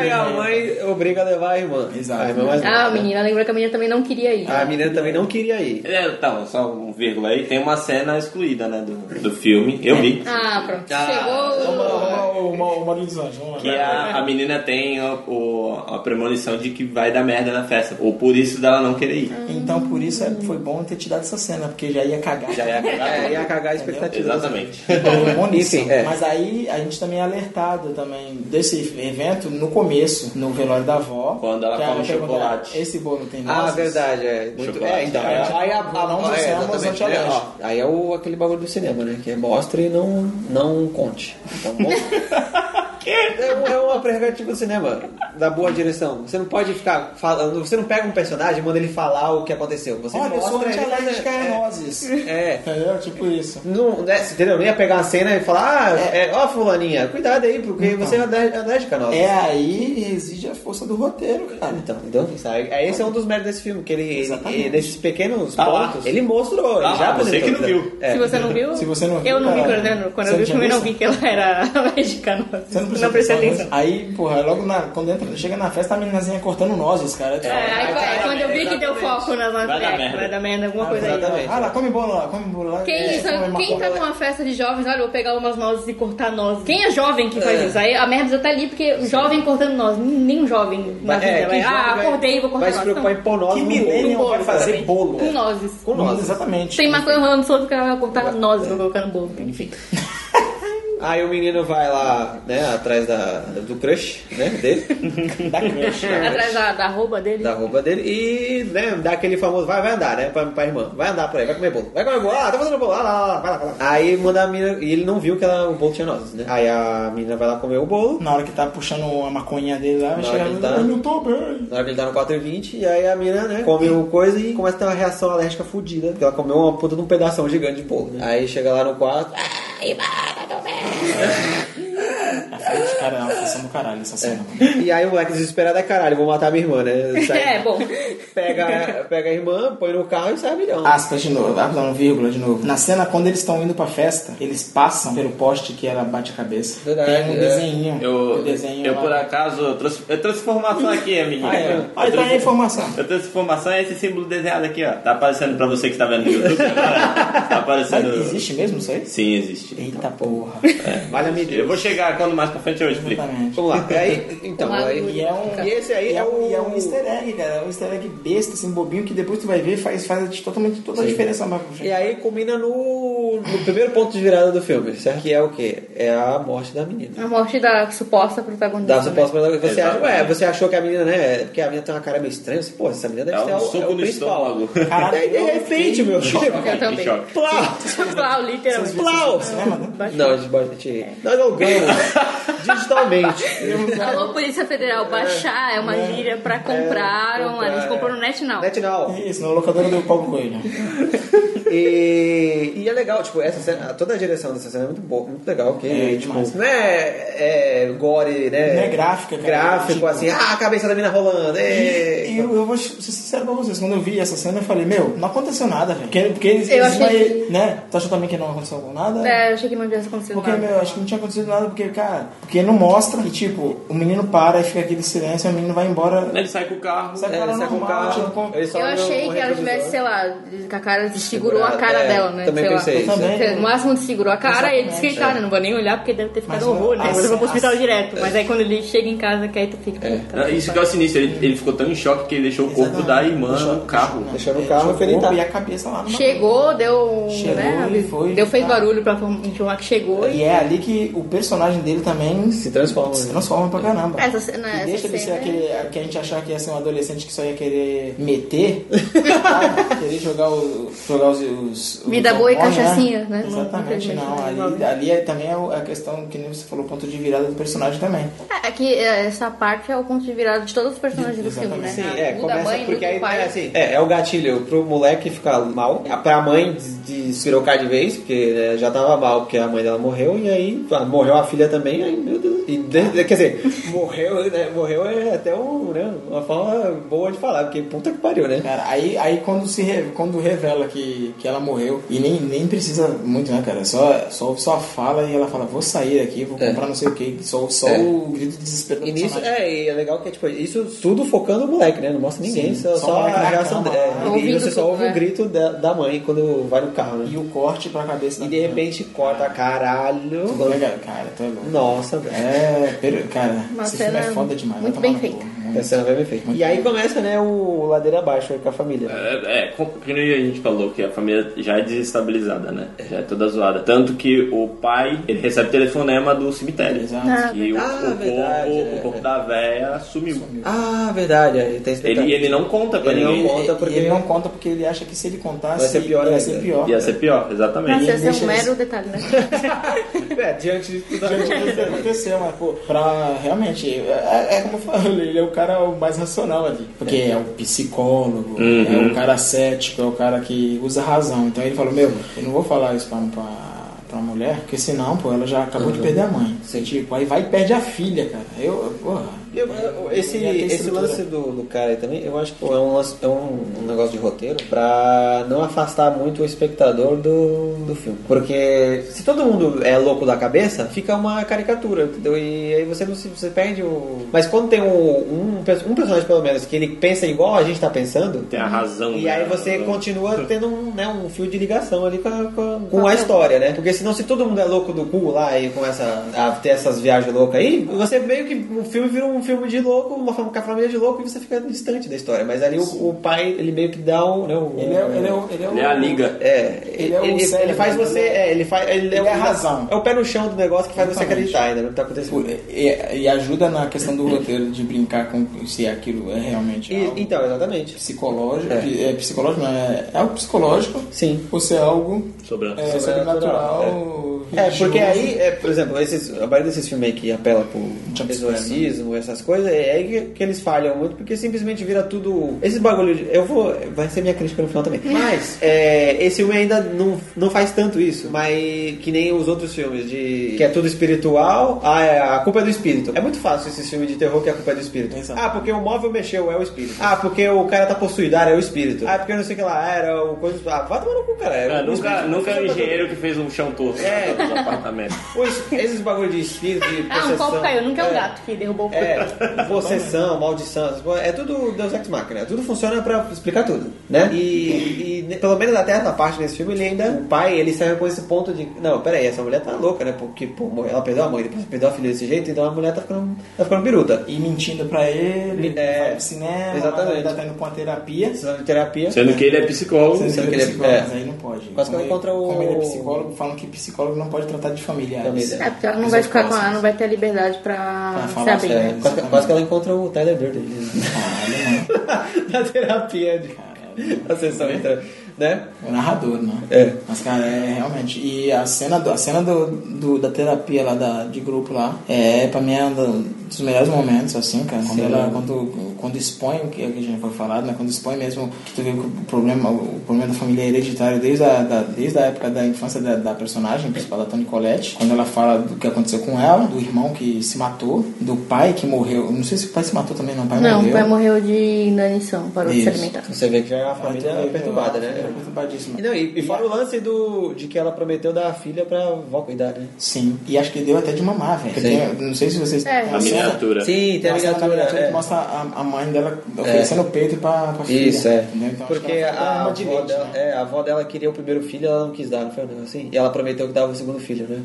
S1: Aí a mãe obriga a levar a irmã.
S2: Exato.
S1: A irmã mais
S4: Ah, a
S1: nova.
S4: menina lembra que a menina também não queria ir.
S1: A menina também não queria ir.
S3: É, então, só um vírgula aí. Tem uma cena excluída, né, do, do filme. Eu vi.
S4: Ah, pronto.
S1: Ah,
S4: Chegou.
S1: arruma- arruma
S2: o Ma- o Maurílio dos Anjos, vamos lá.
S3: Que a, a menina tem o, o- a premonição de que vai dar merda na festa. Ou por isso dela não querer ir.
S2: Então por isso é- foi bom ter te dado essa cena, porque já ia cagar.
S3: Já ia cagar.
S1: É, ia cagar a expectativa.
S3: Exatamente.
S2: Premonição.
S1: Enfim, é.
S2: Mas aí a gente também é alertado também desse evento no começo, no velório da avó.
S3: Quando ela
S2: que
S3: come
S2: pergunta,
S3: chocolate.
S2: Esse bolo tem
S1: Ah,
S2: nozes?
S1: verdade, é. Muito,
S3: Chocolate.
S1: é, então.
S3: Aí
S1: é,
S2: a-
S1: aí a,
S2: a- não
S1: é,
S2: dissemos
S1: exatamente, né,
S2: antialérgico.
S1: ó, Aí é o, aquele bagulho do cinema, né? Que é mostre e não, não conte. Então, que? É, uma- é uma prerrogativa do cinema, da boa direção. Você não pode ficar falando, você não pega um personagem e manda ele falar o que aconteceu. Você
S2: Olha, eu sou
S1: mostra ele
S2: antialérgica a
S1: fazendo-
S2: nozes.
S1: É. é.
S2: Entendeu? Tipo isso.
S1: Não, né, você entendeu? Nem ia pegar uma cena e falar, ah, é, ó, fulaninha, cuidado aí, porque você é alé- alérgica, nossa.
S2: É aí que reside a força do roteiro, cara.
S1: Então, então isso aí, aí esse é um dos méritos desse filme, que ele,
S2: Exatamente.
S1: ele- nesses pequenos
S3: Tá lá.
S1: pontos, ele mostrou, ele
S3: Tá
S1: já
S3: lá, você
S1: apresentou.
S3: que não viu.
S1: É.
S4: Se você não viu,
S2: Se você não viu,
S4: eu não vi
S2: cara,
S4: quando, eu- quando
S2: você
S4: eu vi o
S2: não
S4: filme, eu não
S2: tinha
S4: vi que ela era alérgica. Não,
S2: Você não precisa
S4: não prestei atenção.
S2: Aí, porra, logo na, quando entra, chega na festa, a meninazinha cortando nozes, cara.
S4: É, aí vai,
S3: dar
S4: quando eu vi
S3: merda,
S4: que deu
S3: exatamente.
S4: foco na
S3: Vai dar
S4: é,
S3: merda.
S4: vai dar merda, alguma coisa aí.
S1: exatamente.
S2: Ah, lá, come bolo lá, come bolo lá.
S4: Quem,
S2: É,
S4: isso,
S2: come
S4: quem
S2: maconha
S4: tá
S2: lá.
S4: numa festa de jovens, olha, eu vou pegar umas nozes e cortar nozes. Quem é jovem que faz isso? Aí a merda já tá ali, porque o jovem cortando nozes, nenhum jovem na
S1: Mas,
S4: vida
S1: é,
S4: vai,
S1: que jovem
S4: ah,
S1: vai-
S4: acordei e vou cortar
S1: Vai se
S4: nozes.
S1: preocupar em pôr nós
S2: Que
S1: no
S2: milênio
S1: bolo.
S2: vai fazer bolo?
S4: Não, com nozes.
S1: Com nós.
S2: Exatamente.
S4: Tem maconha rolando solto que ela vai cortar nozes pra colocar no bolo. Enfim.
S1: Aí o menino vai lá, né, atrás da, do crush, né, dele,
S2: Da crush.
S4: Atrás da, da roupa dele.
S1: da roupa dele, e, né, dá aquele famoso, vai, vai andar, né, pra, pra irmã, vai andar por aí, vai comer bolo, vai comer bolo, ah, tá fazendo bolo, ah, lá, lá, lá, vai lá, vai lá. Aí manda a menina, e ele não viu que ela, o bolo tinha nozes, né, aí a menina vai lá comer o bolo,
S2: Na hora que tá puxando a maconha dele lá,
S1: Na
S2: chega
S1: hora que
S2: lá,
S1: tá.
S2: eu não tô bem.
S1: Na hora que ele tá no 4 e 20, e aí a mina, né, come o coisa e começa a ter uma reação alérgica fodida. Porque ela comeu uma puta de um pedação gigante de bolo, né? Aí chega lá no quarto, ah,
S2: Cara, é uma pressão do caralho essa cena.
S1: e aí o moleque desesperado é caralho, vou matar minha irmã, né? Sai-
S4: É, bom.
S1: Pega, pega a irmã, põe no carro e sai milhão.
S2: Aspas de novo, ah, não, vírgula de novo. Na cena, quando eles estão indo pra festa, eles passam pelo poste que ela bate a cabeça.
S1: Verdade,
S2: Tem um
S1: é.
S2: desenhinho. um
S3: Eu,
S2: desenho
S3: eu
S2: lá.
S3: por acaso, eu trouxe, eu trouxe informação aqui, amiguinho.
S2: Ah, é.
S3: Eu
S2: Aí tá aí
S3: trouxe-
S2: a informação.
S3: Eu tenho essa informação, é esse símbolo desenhado aqui, ó. Tá aparecendo pra você que tá vendo no YouTube agora. Tá
S2: Mas
S3: aparecendo.
S2: existe mesmo isso aí?
S3: Sim, existe.
S2: Eita porra.
S1: Vale a medida.
S3: Eu vou chegar quando mais pra frente eu explico.
S2: Exatamente.
S1: Vamos lá. E aí, então,
S4: Tomado.
S1: aí...
S2: E é um.
S1: E esse aí
S2: e
S1: é o-
S2: e é um easter egg, cara. É um easter egg besta, assim, bobinho, que depois tu vai ver faz, faz totalmente toda a diferença pra frente.
S1: E aí culmina no, no primeiro ponto de virada do filme, certo? Que é o quê? É a morte da menina.
S4: A morte da suposta protagonista.
S1: Dá suposto pra você acha,
S3: Exatamente.
S1: ué, você achou que a menina, né? Porque a menina tem uma cara meio estranha, assim, pô, essa menina deve
S3: É
S1: ser
S3: um
S1: o-
S3: soco
S1: é o
S3: no
S1: principal.
S3: estômago. um
S1: E aí, de
S2: eu
S1: repente,
S2: fiquei
S1: meu
S2: em
S1: filho.
S2: choque.
S4: Eu
S3: Em
S4: também.
S3: choque.
S1: Plau!
S4: né? Plau, literalmente.
S1: Plau!
S2: Cinema, né?
S1: Não, a gente bota- a gente- Nós alugamos digitalmente.
S4: Alô, É Polícia Federal, baixar é uma gíria pra comprar online. Ah, A gente comprou no Net Now.
S1: Então, é, Net Now.
S2: Isso, no locador do Paulo Coelho.
S1: E, e é legal, tipo, essa cena, toda a direção dessa cena é muito boa, muito legal, porque,
S2: É,
S1: tipo,
S2: demais.
S1: não é, é gore, né?
S2: Não é gráfica, cara.
S1: Gráfico,
S2: Tipo-
S1: assim, ah, a cabeça da mina rolando, é.
S2: E eu, eu vou ser sincero pra vocês, quando eu vi essa cena, eu falei, meu, não aconteceu nada, velho. Porque, porque eles,
S4: Eu
S2: eles
S4: achei-
S2: vai- né? Tu achou também que não aconteceu com nada?
S4: É, eu achei que não tivesse acontecido
S2: Porque,
S4: nada.
S2: meu, eu acho que não tinha acontecido nada, porque, cara, porque não mostra e, tipo, o menino para e fica aquele silêncio, e o menino vai embora.
S3: Ele sai com o carro.
S2: Sabe,
S1: É,
S2: cara,
S1: ele sai com o
S2: normal,
S1: carro,
S2: tipo, com-
S1: ele só
S4: Eu
S1: olha no
S4: achei que ela
S1: retrovisor.
S4: tivesse, sei lá, que a cara segurou a cara
S1: É,
S4: dela, né?
S1: Também
S4: sei lá.
S1: pensei isso.
S2: também.
S4: Sei, No máximo ele segurou a cara e ele disse que ele tá, né? Não vou nem olhar porque deve ter
S2: Mas
S4: ficado horror,
S2: a
S4: né? Ele foi
S2: cena-
S4: pro hospital
S2: a-
S4: direto. Mas aí quando ele chega em casa, que aí tu fica. puta.
S3: Não, Isso que é o sinistro, ele, ele ficou tão em choque que ele deixou o corpo da irmã no carro.
S1: tá
S3: É,
S1: Deixou no né? carro,
S2: Jogou
S1: ele tá-
S2: e a cabeça lá no
S4: Chegou, deu.
S2: Chegou
S4: né,
S2: e foi.
S4: Deu fez
S2: Tá.
S4: barulho pra informar que chegou.
S2: E é ali que o personagem dele também
S1: Se transforma. né?
S2: se transforma pra caramba.
S4: Essa cena- é
S2: E
S4: essa
S2: deixa de ser
S4: cena- né?
S2: aquele a que a gente achar que ia ser um adolescente que só ia querer meter, sabe? querer jogar, o, jogar os, os- os
S4: Vida boa e
S2: hormônios,
S4: cachaçinha, né?
S2: Exatamente,
S4: Não,
S2: não.
S4: não
S2: Ali, ali é- também é o- a questão que nem você falou, o ponto de virada do personagem também.
S4: É é que é, essa parte é o ponto de virada de todos os personagens do filme, né?
S2: Exatamente.
S1: Sim,
S4: Ah,
S1: é,
S4: muda a
S1: começa
S4: mãe,
S1: porque
S4: muda o
S1: aí
S4: pai.
S1: é assim, é, é o gatilho pro moleque ficar mal, é, pra mãe des- despirocar de vez, porque né, já tava mal porque a mãe dela morreu, e aí ah, morreu a filha também, aí meu Deus, E, de- quer dizer, morreu, né? Morreu é até um, né? uma forma boa de falar, porque puta que pariu, né?
S2: Cara, aí, aí quando, se re- quando revela que, que ela morreu, e nem, nem precisa muito, né, cara? Só, só, só fala e ela fala, vou sair daqui, vou comprar não sei o que. Só, só
S1: É.
S2: o grito de desespero do
S1: E nisso,
S2: personagem.
S1: é, e é legal que tipo, isso tudo focando o moleque, né? Não mostra ninguém,
S2: Sim,
S1: só,
S2: só
S1: só
S2: o moleque
S1: a
S2: na
S1: reação
S2: cama,
S1: dela. é,
S2: né?
S1: E
S4: Ouvindo
S1: você só
S4: tudo,
S1: ouve o
S4: né?
S1: grito da, da mãe quando vai no carro, né?
S2: E o corte pra cabeça
S1: E
S2: da
S1: de repente corta, caralho.
S2: Cara, cara tá louco.
S1: Nossa, velho.
S2: É, pero, cara,
S4: Uma
S2: esse filme é
S4: cena
S2: foda demais.
S4: muito
S2: vai tomar
S4: bem
S2: no cu,
S4: feita.
S2: muito.
S1: Essa cena vai bem feita. E aí começa, né, o ladeira abaixo com a família.
S3: É, é, como que nem a gente falou que a família já é desestabilizada, né? Já é toda zoada. Tanto que o pai, ele recebe telefonema do cemitério.
S2: Exato.
S4: Ah,
S3: E o,
S1: Ah,
S3: o corpo,
S1: verdade, é.
S3: o corpo da véia sumiu.
S1: Ah, verdade, ele tem esse
S3: Ele,
S1: detalhe.
S3: ele não conta pra
S1: Ele não
S3: ninguém.
S1: conta.
S2: E-
S1: porque-
S2: E ele não conta porque ele acha que se ele contasse,
S1: Vai ser pior
S2: ia
S1: ainda. assim,
S2: ser pior.
S3: Ia ser pior, exatamente.
S4: Nossa, esse é
S2: deixa
S4: um
S2: isso.
S4: mero detalhe, né?
S1: É, diante de tudo
S2: Gente,
S1: aquilo.
S2: isso aconteceu, mas pô, pra realmente, é, é como eu falei, ele é o cara o mais racional ali. Porque é o psicólogo, é
S3: Uhum.
S2: o cara cético, é o cara que usa razão. Então ele falou, meu, eu não vou falar isso pra, pra, pra mulher, porque senão, pô, ela já acabou de perder a mãe. Tipo, aí vai e perde a filha, cara. Eu, eu- porra.
S1: Eu- eu- esse,
S2: Ele ia ter
S1: esse
S2: estrutura.
S1: lance do, do cara aí também, eu acho que pô, é, um, lance- é um, um negócio de roteiro pra não afastar muito o espectador do, do filme. Porque se todo mundo é louco da cabeça, fica uma caricatura, entendeu? E aí você não se você perde o. Mas quando tem um, um, perso- um personagem, pelo menos, que ele pensa igual a gente tá pensando.
S3: Tem a razão.
S1: E
S3: né?
S1: aí você
S3: Razão.
S1: continua tendo um, né, um fio de ligação ali com a, com a- com a história, né? Porque senão se todo mundo é louco do cu lá e começa a ter essas viagens loucas aí, você meio que o filme vira um filme de louco, uma fam- com a família de louco e você fica distante da história. Mas ali o, o pai, ele meio que dá um... Né, um-
S2: Ele é, ele é, o- o-
S3: Ele é a liga.
S1: é,
S2: Ele é o cérebro,
S1: ele faz
S2: ele
S1: você.
S2: é-
S1: É, ele faz. Ele,
S2: ele é a razão.
S1: É o pé no chão do negócio que faz você
S2: Exatamente. é,
S1: acreditar ainda no que tá acontecendo.
S2: E, e ajuda na questão do roteiro de brincar com se aquilo é realmente
S1: E-
S2: algo
S1: então, exatamente.
S2: psicológico.
S1: É.
S2: É. psicológico, não é? É algo psicológico.
S1: Sim.
S2: Ou se é algo
S3: Sobrando.
S2: É, sobrenatural. religioso.
S1: É, porque aí, é, por exemplo, esses, a maioria desses filmes aí que apela
S2: De
S1: pro
S2: abstração.
S1: exorcismo, essas coisas, é aí que, que eles falham muito, porque simplesmente vira tudo. Esse bagulho. de- eu vou. Vai ser minha crítica no final também. Mas, é, esse filme ainda não, não faz tanto isso, mas que nem os outros filmes, de que é tudo espiritual, ah, é, a culpa é do espírito. É muito fácil esses filmes de terror que a culpa é do espírito.
S2: Exato.
S1: Ah, porque o móvel mexeu, é o espírito. Ah, porque o cara tá possuído, ah, é o espírito. Ah, porque não sei o que lá, era o coisa. Ah, vai tomar no cu, cara. É,
S3: É,
S1: o
S3: nunca,
S1: espírito.
S3: nunca é
S1: Não
S3: um
S1: precisa pra-
S3: engenheiro que fez um chão torto
S1: É.
S3: nos apartamentos.
S1: Pois, esses bagulho de espírito, de
S4: Ah,
S1: possessão...
S4: um copo caiu, nunca é
S1: é
S4: um gato que derrubou o copo.
S1: É, possessão, maldição, essas coisas, é tudo Deus Ex Machina, tudo funciona pra explicar tudo, né? E, e ne- pelo menos até essa parte desse filme, ele ainda, o pai, ele saiu com esse ponto de, não, peraí, essa mulher tá louca, né? Porque, pô, morreu- ela perdeu a mãe, depois perdeu a filha desse jeito, então a mulher tá ficando, tá ficando biruta.
S2: E mentindo pra ele,
S1: É,
S2: vai pro cinema,
S1: exatamente.
S2: mas ainda tá indo pra uma terapia.
S1: Precisando de terapia.
S3: Sendo que ele é psicólogo.
S1: Sendo que
S2: ele
S1: ele
S2: é
S1: é-
S2: psicólogo,
S1: é.
S2: mas aí não pode.
S1: Quase que
S2: como,
S1: ela encontra
S2: ele,
S1: o-
S2: como ele é psicólogo, falam que psicólogo não pode tratar de familiares.
S1: Família.
S4: É, porque ela não vai ficar com ela, não vai ter a liberdade
S2: Pra
S4: pra se
S2: falar
S4: abrir.
S2: sério.
S4: né?
S1: É, quase, que- quase que ela encontra o Tyler Durden.
S2: Caralho, mano.
S1: Na terapia, de,
S2: Caralho.
S1: a sessão entra, né?
S2: O narrador, né?
S1: É.
S2: Mas, cara, é realmente. E a cena, do, a cena do, do- da terapia lá, da, de grupo lá, é pra mim é um do- dos melhores momentos, assim, cara. Quando, ela, quando, quando expõe o que, o que já foi falado, né? Quando expõe mesmo que tu vê que o problema, o problema da família é hereditário desde a, da- desde a época da infância da, da personagem principal, da Toni Collette. Quando ela fala do que aconteceu com ela, do irmão que se matou, do pai que morreu. Não sei se o pai se matou também, não. O pai
S4: Não, o
S2: morreu.
S4: pai morreu de inanição, parou de
S2: Isso.
S4: se alimentar.
S1: Você vê que já é uma
S2: Pai
S1: família
S2: também,
S1: perturbada,
S2: a família
S1: né?
S2: Perturbadíssima.
S1: E, não, e, e fora o lance do, de que ela prometeu dar a filha pra avó cuidar, né?
S2: Sim, e acho que deu até de mamar, velho. Tem- Não sei se vocês
S4: É.
S2: tem
S3: A
S2: uma cena-
S3: miniatura.
S1: Sim,
S2: tem uma cena na miniatura
S1: é.
S2: que mostra a, a mãe dela oferecendo o peito pra, pra filha.
S1: Isso, é.
S2: entendeu? Então, acho
S1: Porque
S2: que ela foi
S1: a
S2: uma
S1: avó,
S2: de leite,
S1: dela,
S2: né?
S1: é, a avó dela queria o primeiro filho ela não quis dar, não foi um negócio assim? E ela prometeu que dava o segundo filho, né?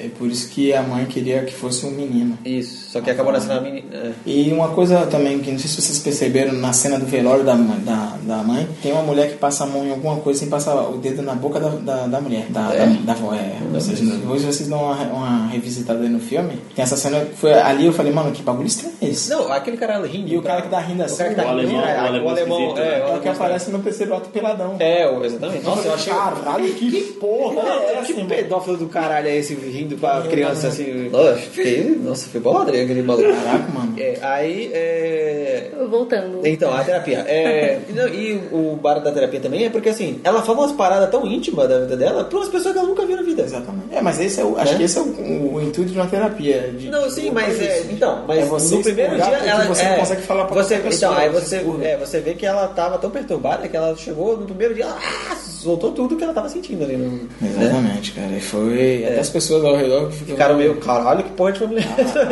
S2: É, é por isso que a mãe queria que fosse um menino.
S1: Isso, só que acabou nascendo a menina. é.
S2: E uma coisa também que não sei se vocês perceberam na cena do velório da, mãe- da, da mãe, tem uma mulher que passa a mão em alguma coisa sem passar o dedo na boca da, da, da mulher, da,
S1: É?
S2: da, da avó. É. Vocês, depois vocês dão uma, uma revisitada aí no filme. Tem essa cena que foi ali eu falei, mano, que bagulho estranho é esse?
S1: Não, aquele cara rindo.
S2: E o cara que tá rindo assim,
S1: o cara que tá
S3: o
S1: rindo,
S3: alemão,
S1: é,
S3: o alemão esquisito,
S1: é, o
S3: né?
S2: Ela que
S1: alemão está-
S2: aparece no terceiro ato peladão.
S1: É, o- exatamente. Nossa, eu achei.
S2: Caralho, que, porra é essa,
S1: Que
S2: irmão?
S1: pedófilo do caralho é esse rindo pra criança assim? Nossa, fiquei. Nossa, foi bolado né, aquele maluco.
S2: Caraca, mano.
S1: É, aí, é.
S4: Voltando.
S1: Então, a terapia. É, não, e o bar da terapia também é porque porque assim, ela fala umas paradas tão íntimas da vida dela pra umas pessoas que ela nunca viu na vida.
S2: Exatamente. É, mas esse é o, acho
S1: Né?
S2: que esse é o, o intuito de uma terapia. de-
S1: Não, sim, mas é, então, mas
S2: É você
S1: no primeiro dia
S2: expurgar porque
S1: ela
S2: você
S1: é,
S2: não consegue falar pra
S1: você,
S2: outra
S1: Então,
S2: pessoa,
S1: aí
S2: você
S1: você,
S2: expurga.
S1: é, você vê que ela tava tão perturbada que ela chegou no primeiro dia, ela ah, soltou tudo que ela tava sentindo ali. No, né?
S2: Exatamente, cara. E foi.
S1: É.
S2: Até as pessoas ao redor que
S1: Ficaram meio, caralho, que porra de família.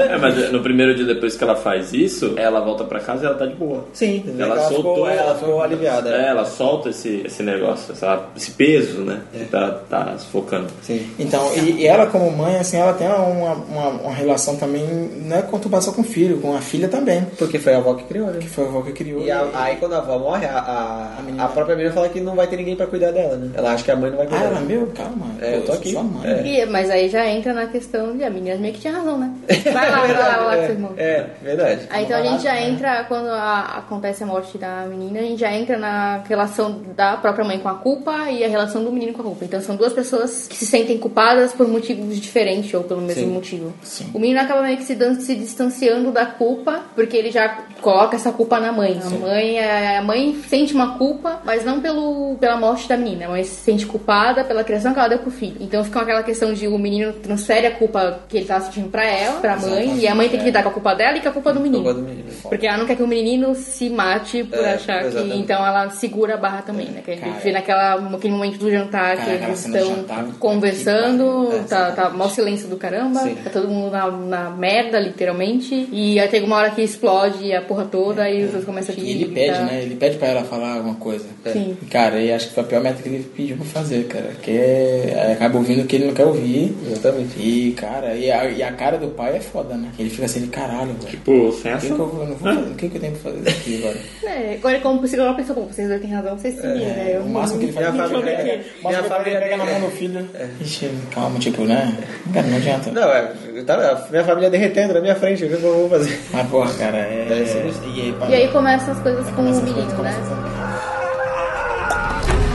S3: É, mas no primeiro dia depois que ela faz isso, ela volta pra casa e ela tá de boa.
S1: sim, você vê
S3: Ela,
S1: que
S3: soltou,
S1: ficou, ela ficou aliviada.
S3: É,
S1: né?
S3: ela solta esse, esse negócio, essa- esse peso, né?
S2: É.
S3: Que tá, tá sufocando.
S1: Sim.
S2: Então, e, e ela como mãe, assim, ela tem uma, uma, uma relação também, não é conturbação com o filho, com a filha também,
S1: Porque foi a avó que criou, né?
S2: que foi a avó que criou.
S1: E a- aí quando a avó morre, a, a, a própria menina fala que não vai ter ninguém pra cuidar dela, né? Ela acha que a mãe não vai
S2: Ah,
S1: cuidar.
S2: ela,
S1: dela.
S2: meu, calma,
S1: É, eu tô
S2: sou
S1: aqui.
S2: Sua mãe.
S1: É.
S4: E- mas aí já entra na questão de a menina meio que tinha razão, né? Vai lá, vai lá, vai lá, com seu irmão.
S1: é, é, verdade.
S4: Aí, então a gente já entra, quando a- acontece a morte da menina, a gente já entra na relação da própria mãe com a culpa e a relação do menino com a culpa. Então são duas pessoas que se sentem culpadas por motivos diferentes ou pelo mesmo
S1: Sim.
S4: motivo.
S2: Sim.
S4: O menino acaba meio que se, dan- se distanciando da culpa, porque ele já coloca essa culpa na mãe. A mãe, é- a mãe sente uma culpa, mas não pelo, pela morte da menina, mas se sente culpada pela criação que ela deu pro filho. Então fica aquela questão de o menino transfere a culpa que ele tá sentindo pra ela, pra mãe, e a mãe tem que lidar com a culpa dela e com a culpa do menino.
S1: Culpa do
S2: é
S1: menino.
S4: Porque ela não quer que o menino se mate por
S1: É,
S4: achar que.
S1: exatamente.
S4: Então ela segura a barra também, né? Que a
S2: É,
S4: gente
S2: Cara.
S4: vê naquela, naquele momento do
S2: Cara,
S4: jantar que
S2: aquela
S4: eles
S2: cena do
S4: estão
S2: jantar, é que
S4: conversando,
S2: né?
S1: pariu. É,
S4: tá,
S1: exatamente.
S4: tá mó silêncio do caramba,
S1: Sim.
S4: tá todo mundo na, na merda, literalmente. E aí tem uma hora que explode a porra toda e os dois começam a
S2: É, E ele pede, né? Ele pede pra ela falar alguma coisa.
S4: Sim.
S2: Cara, e acho que foi a pior meta que ele pediu pra fazer, cara. Que é... aí acaba ouvindo o que ele não quer ouvir.
S1: Exatamente.
S2: E, cara, e a, e a cara do pai é foda, né? Ele fica assim de caralho, velho.
S3: Tipo, sem
S2: O que, que, eu,
S3: ação.
S2: vou- eu não vou fazer? O que, que eu tenho pra fazer aqui agora?
S4: É, agora, como psicólogo, pensou, pô, vocês dois têm razão, vocês se viram, né?
S2: É,
S4: Eu
S2: o máximo que ele faz
S1: Minha
S2: "Ih,
S1: família-
S2: pega-
S1: minha
S2: o máximo que ele
S1: família-
S2: pega na mão do filho. Ixi, calma, tipo, né? Cara, não adianta.
S1: Não, é, tá, a minha família derretendo na minha frente, o que eu vou fazer?
S2: Mas, porra, cara, é.
S1: Deve ser isso.
S2: E aí, pá,
S4: E aí começam as coisas com
S2: essas
S4: o
S2: coisas
S4: menino, né?
S2: começam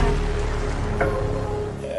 S2: a- É,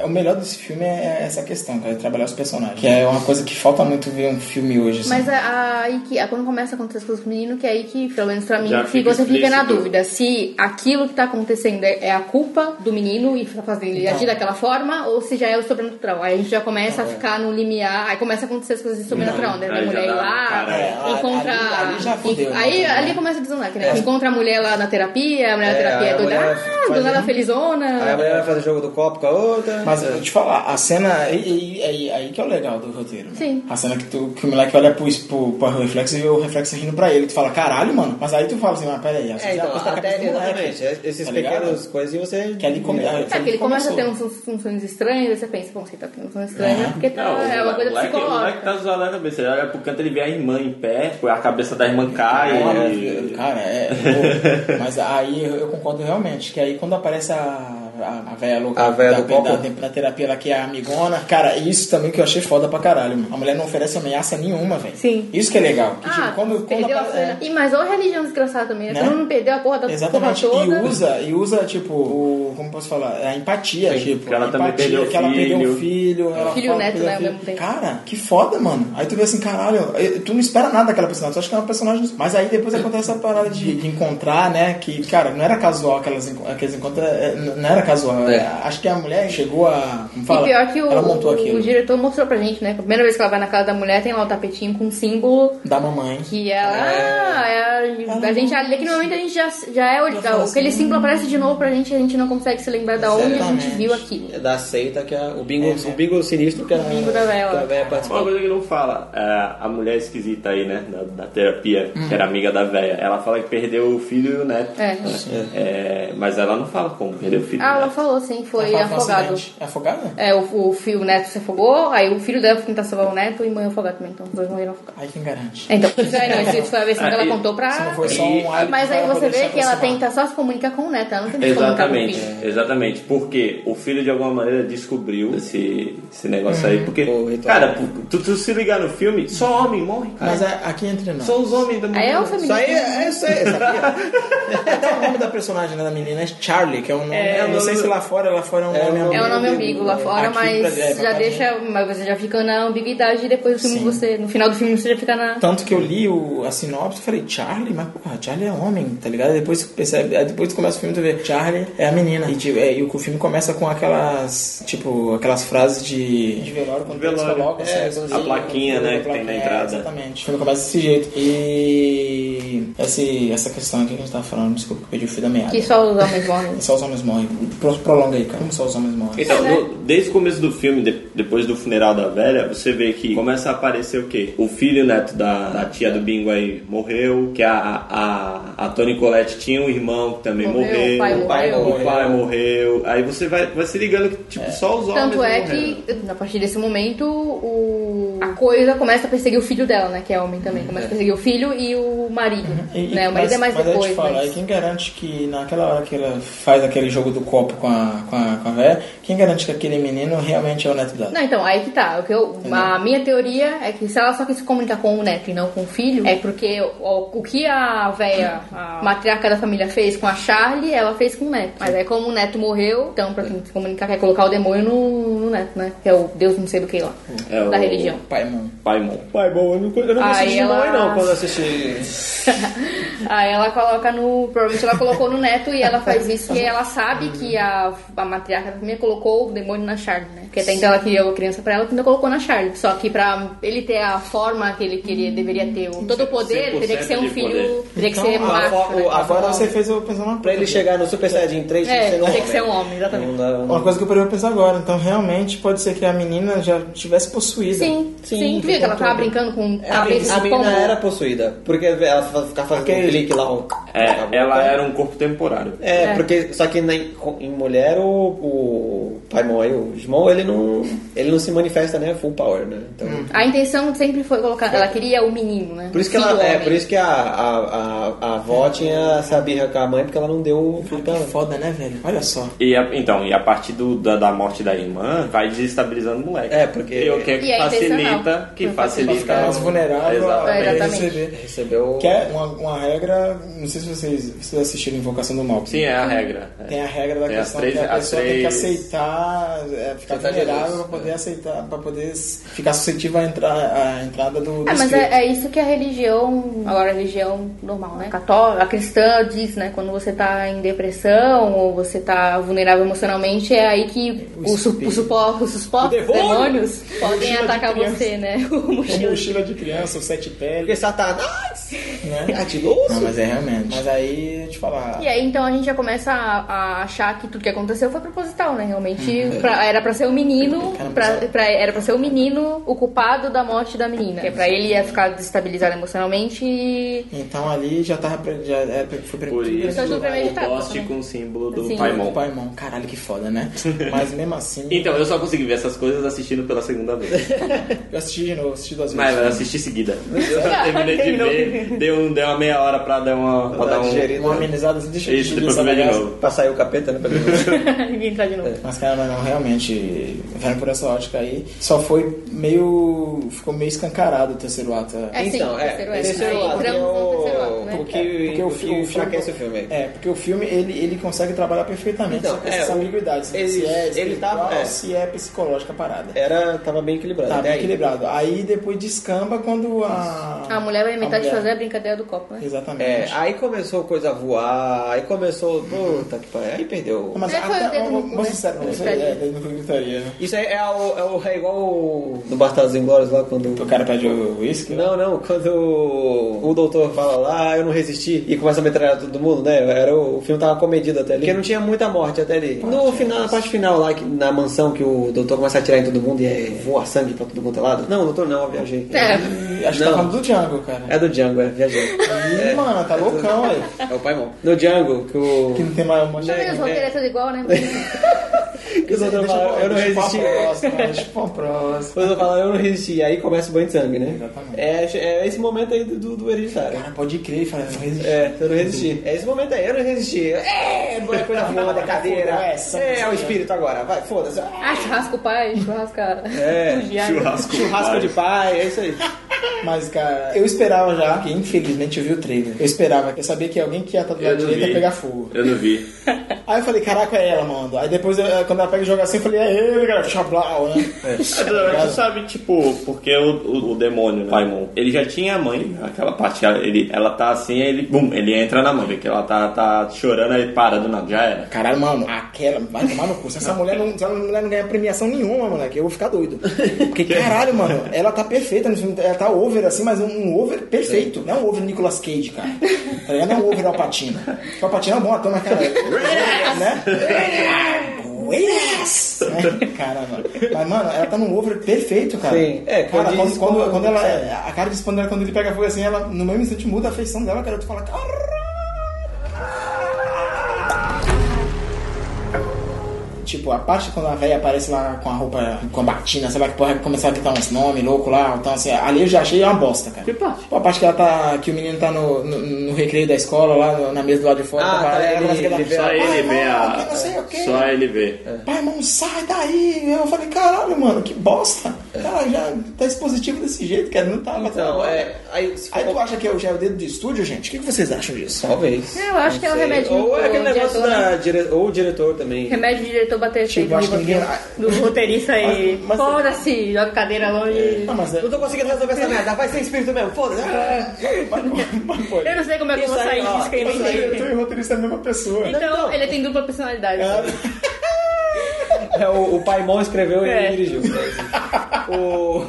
S2: O melhor desse filme é essa questão, cara, de trabalhar os personagens. Que é uma coisa que falta muito ver um filme hoje. Assim.
S4: Mas a- a- aí que, a- quando começa a acontecer as coisas com o menino, que é aí que, pelo menos pra mim,
S3: Já
S4: que
S3: fica
S4: você fica na
S3: explícito.
S4: dúvida se aquilo que tá acontecendo é é a culpa do menino e tá fazendo ele
S2: Então.
S4: agir daquela forma, ou se já é o sobrenatural. Aí a gente já começa a ficar no limiar, aí começa a acontecer as coisas de sobrenatural, né? Tem
S3: Então. Aí já
S4: mulher
S3: dá uma
S4: lá,
S3: cara, é.
S4: encontra.
S2: Ali- ali já fudeu, né?
S4: aí ali começa a desandar, que, né? Encontra a mulher lá na terapia, a mulher
S1: É,
S4: na terapia
S1: aí
S4: é
S1: a
S4: doida,
S1: mulher
S4: ah,
S1: faz
S4: do nada
S1: um- Aí a
S4: felizona.
S1: mulher vai fazer jogo do copo com a outra.
S2: Mas eu
S1: é.
S2: vou te falar, a cena. Aí, aí, aí, aí que é o legal do roteiro. né?
S4: Sim.
S2: A cena que, tu, que o moleque olha pro, pro, pro reflexo e vê o reflexo rindo pra ele. Tu fala, caralho, mano. Mas aí tu fala assim, mas peraí, essa
S1: É, então, até, exatamente, é, esses
S2: tá ligado?
S1: pequenos coisinhas você...
S2: Que ali come- ah,
S4: É que ele começa a ter
S2: começou.
S4: uns uns sonhos estranhos, aí você pensa, bom, você tá tendo sonhos estranhos, é porque tá,
S3: Uhum. Não,
S4: é uma
S3: moleque,
S4: coisa
S3: o
S4: psicológica.
S3: moleque tá zoando a cabeça. Ele olha pro canto, ele vê a irmã em pé, pô, a cabeça da irmã cai.
S1: é.
S3: e-
S2: Cara, é. pô, mas aí eu, eu concordo realmente, que aí quando aparece a. A, a velha louca
S1: A véia
S2: da,
S1: do copo.
S2: da, da terapia lá que é a amigona. Cara, isso também que eu achei foda pra caralho, mano. A mulher não oferece ameaça nenhuma, velho.
S4: Sim.
S2: Isso que é legal. Que, tipo,
S4: Ah,
S2: quando, quando
S4: perdeu a
S2: apa-
S4: cena.
S2: é.
S4: E mas olha a religião desgraçada também, né?
S2: Né?
S4: Todo mundo perdeu a porra da
S2: Exatamente.
S4: porra toda.
S2: E usa, e usa, tipo, o, como posso falar? É A empatia,
S3: Sim,
S2: tipo.
S3: porque ela
S2: a
S3: também
S2: empatia,
S3: perdeu o
S2: que ela
S3: filho.
S2: perdeu o filho. Ela
S4: Filho e
S2: fala
S4: neto,
S2: que perdeu
S4: né,
S2: o
S4: ao mesmo tempo.
S2: Cara, que foda, mano. Aí tu vê assim, caralho, eh, tu não espera nada aquela personagem, tu acha que é uma personagem. Mas aí depois acontece essa parada de, de encontrar, né? Que, cara, não era casual aquelas, enco- aqueles encontros, eh, n- não era casual.
S1: É.
S2: Eh, Acho que a mulher chegou a. Como fala?
S4: E pior que o,
S2: ela montou
S4: o
S2: aquilo.
S4: diretor mostrou pra gente, né? A primeira vez que ela vai na casa da mulher, tem lá o tapetinho com um símbolo
S2: Da mamãe.
S4: que ela. Ah, é a, a gente, ali naquele momento a gente já, já é.
S2: Eu falo
S4: o-
S2: assim,
S4: Aquele símbolo aparece de novo pra gente e a gente não consegue se lembrar da onde a gente
S2: Exatamente.
S4: viu aquilo.
S1: É da seita que é o bingo,
S2: né?
S1: o bingo sinistro que é o
S4: bingo da vela.
S1: Que a véia
S3: Uma
S1: participou.
S3: coisa que não fala, é, a mulher esquisita aí, né, da, da terapia,
S2: Hum.
S3: que era amiga da véia, ela fala que perdeu o filho e o neto.
S4: É.
S3: né? É, mas ela não fala como perdeu o filho. e o
S4: Ah, ela
S3: neto.
S4: falou assim, foi
S2: Ela fala que foi um
S4: afogado.
S2: acidente. É afogada?
S4: É, o, o, filho, o neto se afogou, aí o filho dela foi tentar salvar o neto e mãe afogada também, então os dois morreram afogados.
S2: Aí quem garante.
S4: Então, isso aí não, isso foi a versão que
S3: Ah,
S4: ela
S3: e-
S4: contou pra.
S2: Se não foi só um álibi
S4: Mas
S2: pra
S4: aí
S2: ela
S4: você
S2: poder se
S4: vê que ela
S2: aproximar.
S4: tenta só se comunicar com o neto, ela não tenta se comunicar com o
S3: Exatamente,
S4: filho.
S3: exatamente. Porque o filho de alguma maneira descobriu esse, esse negócio aí. Porque,
S1: O ritual.
S3: cara, tu, tu se ligar no filme, só homem morre, cara.
S2: Mas é- a- aqui entre nós.
S3: Só os homens da
S4: Aí é o
S1: Isso
S4: feminismo.
S1: aí é isso aí, sabia?
S2: Até o nome da personagem né, da menina é Charlie, que é um nome.
S1: É, eu não
S2: você sei se lá fora, lá fora é um
S1: É,
S2: nome ambíguo.
S4: É o nome ambíguo lá fora,
S2: Aqui
S4: mas
S2: pra- é, pra
S4: já
S2: cá,
S4: deixa. Mas você já fica na ambiguidade e depois o filme
S2: Sim.
S4: você. No final do filme você já fica na.
S2: Tanto que eu li o, a sinopse e falei, Charlie, mas porra, Charlie é homem, tá ligado? Aí depois você percebe, aí depois tu começa o filme tu vê, Charlie é a menina. E, tipo, é, e o filme começa com aquelas, tipo, aquelas frases de. De velório, quando
S3: eles velório. colocam,
S2: é,
S3: assim, a plaquinha, né, que tem na entrada.
S2: Exatamente. O filme começa desse jeito. E. Esse, essa questão aqui que a gente tava falando, desculpa, eu perdi o fio da meada.
S4: Que só os homens né? morrem.
S2: Só os homens morrem. Pro- Prolonga aí, cara. Como só os homens morrem?
S3: Então, no- desde o começo do filme, de- depois do funeral da velha, você vê que começa a aparecer o quê? O filho neto da, da tia do bingo aí morreu, que a, a, a Toni Colette tinha um irmão que também
S4: Morreu,
S3: morreu,
S4: o pai
S3: o pai
S2: morreu.
S3: morreu, aí você vai, vai se ligando que tipo, só os homens
S4: Tanto é
S3: morreram.
S4: que, a partir desse momento, o... a coisa começa a perseguir o filho dela, né? Que é homem também. Começa a perseguir o filho e o marido.
S2: Uhum. E- e-
S4: né? O marido é mais
S2: mas eu
S4: depois.
S2: te falo,
S4: mas-
S2: aí quem garante que naquela hora que ela faz aquele jogo do copo com a, com a, com a véia, quem garante que aquele menino realmente é o neto dela?
S4: Não, então, aí que tá. O que eu, a minha teoria é que se ela só quis se comunicar com o neto e não com o filho, é porque o, o que a véia,
S1: Ah.
S4: a matriarca da família fez com a Charlie, ela fez com o neto. Mas aí como o neto morreu, então pra quem se comunicar quer colocar o demônio no, no neto, né? Que é o Deus não sei do que lá.
S3: É
S4: da
S3: o-
S4: religião.
S2: Pai, mano.
S3: Paimon.
S1: Pai, bom, eu não, eu não
S4: Aí
S1: assisti
S4: ela-
S1: mãe, não, quando eu assisti.
S4: Aí ela coloca no. Provavelmente ela colocou no neto e ela faz isso e ela sabe que a, a matriarca da família colocou o demônio na Charlie, né? Porque até então ela queria uma criança pra ela que não colocou na Charlie. Só que pra ele ter a forma que ele queria, deveria ter o, todo o poder, ele teria que ser
S3: 100%
S4: um
S3: de poder.
S4: filho. Teria que ser
S2: Então,
S1: a-
S4: macho.
S1: o-
S4: né?
S1: a-
S2: Agora
S1: Não.
S2: você fez eu pensar uma
S1: Pra ele chegar no Super Saiyajin 3,
S4: É,
S1: tinha que ser um homem.
S4: tem que ser um homem, exatamente.
S1: Não dá-
S2: Uma coisa que eu parei pra pensar agora, então realmente pode ser que a menina já tivesse possuída.
S4: Sim,
S1: assim,
S4: sim. Tu viu que ela tava brincando com
S1: É, A,
S4: cabeça
S1: menina- a
S4: de pombo?
S1: menina era possuída, porque ela fa- ficava fazendo um
S2: Aquele-
S1: clique lá. ó.
S3: É, ela era um corpo temporário.
S1: É,
S4: É.
S1: porque só que na- em mulher o, o Paimon aí, o Jimon, ele não, ele não se manifesta, né, full power, né? Então,
S4: A intenção sempre foi colocar. Ela queria o menino, né?
S1: por isso que
S4: Filho
S1: ela, é,
S4: homem.
S1: por isso que a, a, a, a avó tinha essa birra com a mãe porque ela não deu o filho pra
S2: Que
S1: ela.
S2: foda, né, velho? Olha só.
S3: E a- então, e a partir do- da, da morte da irmã, vai desestabilizando o moleque.
S1: É, porque-
S3: E o que é
S4: E
S3: que
S4: é
S3: facilita,
S4: intencional.
S3: que
S4: Pra ficar
S3: facilita.
S2: Ficar mais vulnerável a- a
S3: Exatamente.
S4: É,
S2: ele
S4: exatamente.
S2: receber.
S1: Recebeu
S2: Que é uma, uma regra, não sei se vocês, vocês assistiram Invocação do Mal.
S3: Sim, é a regra. É.
S2: Tem a regra da
S3: Tem as
S2: questão
S3: três-
S2: que a
S3: as
S2: pessoa tem que
S3: três-
S2: aceitar, é, ficar
S1: Aceitar
S2: vulnerável
S1: Jesus,
S2: para
S3: é.
S2: poder aceitar, para poder s- ficar suscetível à, entra- à entrada do, do
S4: É, mas
S2: espírito.
S4: é, é isso que a religião, agora a religião normal, né? Católica, a cristã diz, né? Quando você tá em depressão ou você tá vulnerável emocionalmente, é aí que o su- o supo- os suportes,
S1: O
S4: os
S1: demônio!
S4: demônios, podem
S2: mochila de
S4: atacar
S2: criança.
S4: você, né? O
S2: Como
S4: mochila.
S2: mochila de criança, o sete
S1: Porque tá,
S2: peles,
S1: Satanás
S2: né?
S1: atirou-se.
S2: Não, mas é realmente. Mas aí, te falar,
S4: E aí então a gente já começa a, a achar que tudo que aconteceu foi proposital, né? Realmente pra- era pra ser o menino,
S2: Cara, mas
S4: pra-
S2: ela-
S4: pra- era pra ser o menino o culpado da morte da menina. Que é pra ele ia ficar desestabilizado emocionalmente e
S2: então ali já tava, pre- já era, pre- foi
S3: Por
S2: premeditado.
S3: isso,
S4: Então, tudo
S3: o
S4: premeditado
S3: poste
S4: também.
S3: com o símbolo do
S4: Sim.
S3: Paimon.
S2: Paimon, caralho, que foda, né? Mas mesmo assim,
S3: Então, eu só consegui ver essas coisas assistindo pela segunda vez.
S2: eu assisti de novo, assisti duas
S3: Mas
S2: vezes.
S3: eu assisti seguida. Eu terminei de ver, deu, um- deu uma meia hora pra dar uma. Pra dar um...
S1: Digerir,
S2: Uma
S1: né?
S2: amenizada, assim, deixa eu
S3: Isso,
S2: digerir
S3: depois
S2: essa
S3: eu vi de
S2: bagaça.
S3: novo.
S1: Pra sair o capeta, né? pra ele-
S4: entrar de novo.
S2: Mas cara, não, realmente, vendo por essa ótica aí, só foi meio. ficou meio escancarado o terceiro ato.
S4: É sim,
S1: então, é,
S4: terceiro ato.
S1: terceiro
S4: Aí
S1: ato,
S4: entramos
S1: é
S4: no terceiro
S1: o...
S4: ato, né?
S1: o que,
S2: Porque
S1: o
S2: o,
S1: que
S2: fi- o filme
S1: enfraquece o filme.
S2: É, porque o filme ele, ele consegue trabalhar perfeitamente.
S1: Então,
S2: Então,
S1: é,
S2: essa
S1: o-
S2: ambiguidade, se,
S1: ele-
S2: se é
S1: ele
S2: espiritual,
S1: tava- é.
S2: se é psicológica a parada.
S1: Era, tava bem equilibrado.
S2: tá
S1: até
S2: bem
S1: aí.
S2: equilibrado. Aí depois descamba quando a.
S4: A mulher vai inventar
S2: a
S4: de
S2: mulher-
S4: fazer a brincadeira do copo, né?
S2: Exatamente.
S1: É, aí começou coisa a voar, aí começou. Puta que pariu, aí perdeu.
S2: Mas um
S4: É, foi o dedo no cu,
S2: vou
S4: né?
S2: ser sincero pra você,
S4: Gritaria.
S2: é, dedo no cu e gritaria, né?
S1: Isso aí é, o, é, o, é igual o. Do Bastardos Inglórios lá quando.
S2: O cara pede o né? uísque?
S1: Não, não, quando o, o doutor fala lá, "Ah, eu não resisti e começa a metralhar todo mundo, né? Era o, o filme tava comedido até ali. Porque não tinha muita morte até ali. No final, na parte final lá, que- na mansão que o doutor começa a atirar em todo mundo e é, voa sangue pra todo mundo lado. Não, doutor não, eu viajei.
S4: É.
S2: E Acho que tá
S1: Não.
S2: falando do Django, cara.
S1: É do Django, é, viajei.
S2: Ih, mano, tá loucão aí.
S1: É o Paimon. No Django, que o.
S2: Que não tem mais um uma
S4: Já viu os roteiros é tudo igual, né?
S1: que o doutor
S2: Deixa
S1: fala, eu um não
S2: deixa pra
S1: resisti.
S2: próxima, Deixa pra próxima.
S1: Quando eu falo, eu não resisti, aí começa o banho de sangue, né?
S2: Exatamente.
S1: É, é esse momento aí do, do hereditário.
S2: Cara, Ah, pode crer, fala, não resisti.
S1: É, eu não resisti. É esse momento aí, eu não resisti. É, é coisa voa da cadeira.
S2: É, sangue,
S1: É, é o
S2: sangue.
S1: espírito agora, vai, foda-se.
S4: Ah, churrasco pai, churrasca.
S1: É,
S3: Churrasco.
S1: Churrasco de pai, é isso aí.
S2: Mas, cara, eu esperava já, que infelizmente eu vi o trailer. Eu esperava, eu sabia que alguém que ia estar do
S3: Eu
S2: lado
S3: não
S2: direito ia
S3: vi.
S2: pegar fogo.
S3: Eu não vi.
S2: Aí eu falei, caraca, é ela, mano. Aí depois, eh, quando ela pega e joga assim, eu falei, é ele, cara, chablau, né?
S1: É.
S3: Você sabe, tipo, porque o, o, o demônio, né? Paimon, ele já tinha a mãe, aquela parte, ela- ele, ela tá assim, aí ele, bum, ele entra na mãe, vê que ela tá, tá chorando, aí para do nada, já era.
S2: Caralho, mano, aquela vai tomar no cu. Se essa mulher não, se ela- mulher não ganhar premiação nenhuma, moleque, eu vou ficar doido. Porque, caralho, mano, ela tá perfeita no filme. Ela tá over assim, mas um, um over perfeito. Não é um over Nicolas Cage, cara. Tá ligado? Não é um over Alpatino. O Alpatino é um bom ator, mas, cara. né? Buenas! Né? Cara, mano. Mas, mano, ela tá num over perfeito, cara.
S1: Sim, é,
S2: cara,
S1: condiz
S2: quando, quando, é
S1: com-
S2: quando ela. A cara de espantosa, quando ele pega fogo assim, ela, no mesmo instante, muda a feição dela, cara. Tu fala, caralho. Tipo, a parte quando a velha aparece lá com a roupa, com a batina, sei lá, que porra, começar a gritar uns nomes louco lá, então assim, ali eu já achei uma bosta, cara. Que parte? Pô, a parte que ela tá, que o menino tá no, no, no recreio da escola, lá no- na mesa do lado de fora,
S1: Ah,
S2: parada,
S1: tá,
S2: ela
S1: ele-
S2: começa a gritar,
S1: ele vê
S3: Só
S1: a-
S2: "Pai,
S3: ele vê
S2: mano,
S3: a.
S2: que Ah, não sei o quê".
S3: Só ele vê.
S2: Pai, irmão, sai daí! Eu falei, caralho, mano, que bosta! Cara, já tá expositivo desse jeito, cara, não tá
S1: Então, é. Aí, se for
S2: Aí tu acha que é o- já é o dedo do estúdio, gente? O que que vocês acham disso?
S1: Talvez.
S4: Eu acho
S1: Não
S4: que é o
S1: sei.
S4: remédio
S1: Ou é
S4: pro
S1: aquele negócio
S4: diretor, né?
S1: da. dire- Ou o diretor também.
S4: Remédio de diretor bater efeito
S2: Tipo, acho
S4: no
S2: que ninguém-
S4: roteiro- do roteirista e
S2: Mas- mas-
S4: foda-se, joga cadeira longe.
S2: Ah, mas é.
S1: Não tô conseguindo resolver essa merda, vai ser espírito mesmo, foda-se.
S4: Eu não sei como é que eu vou
S1: Isso aí,
S4: sair
S1: ó,
S4: disso que eu
S1: isso aí.
S4: sei.
S2: Diretor e roteirista é a mesma pessoa.
S4: Então, ele tem dupla personalidade.
S1: É, o, o Paimon escreveu e
S4: É.
S1: ele dirigiu. O...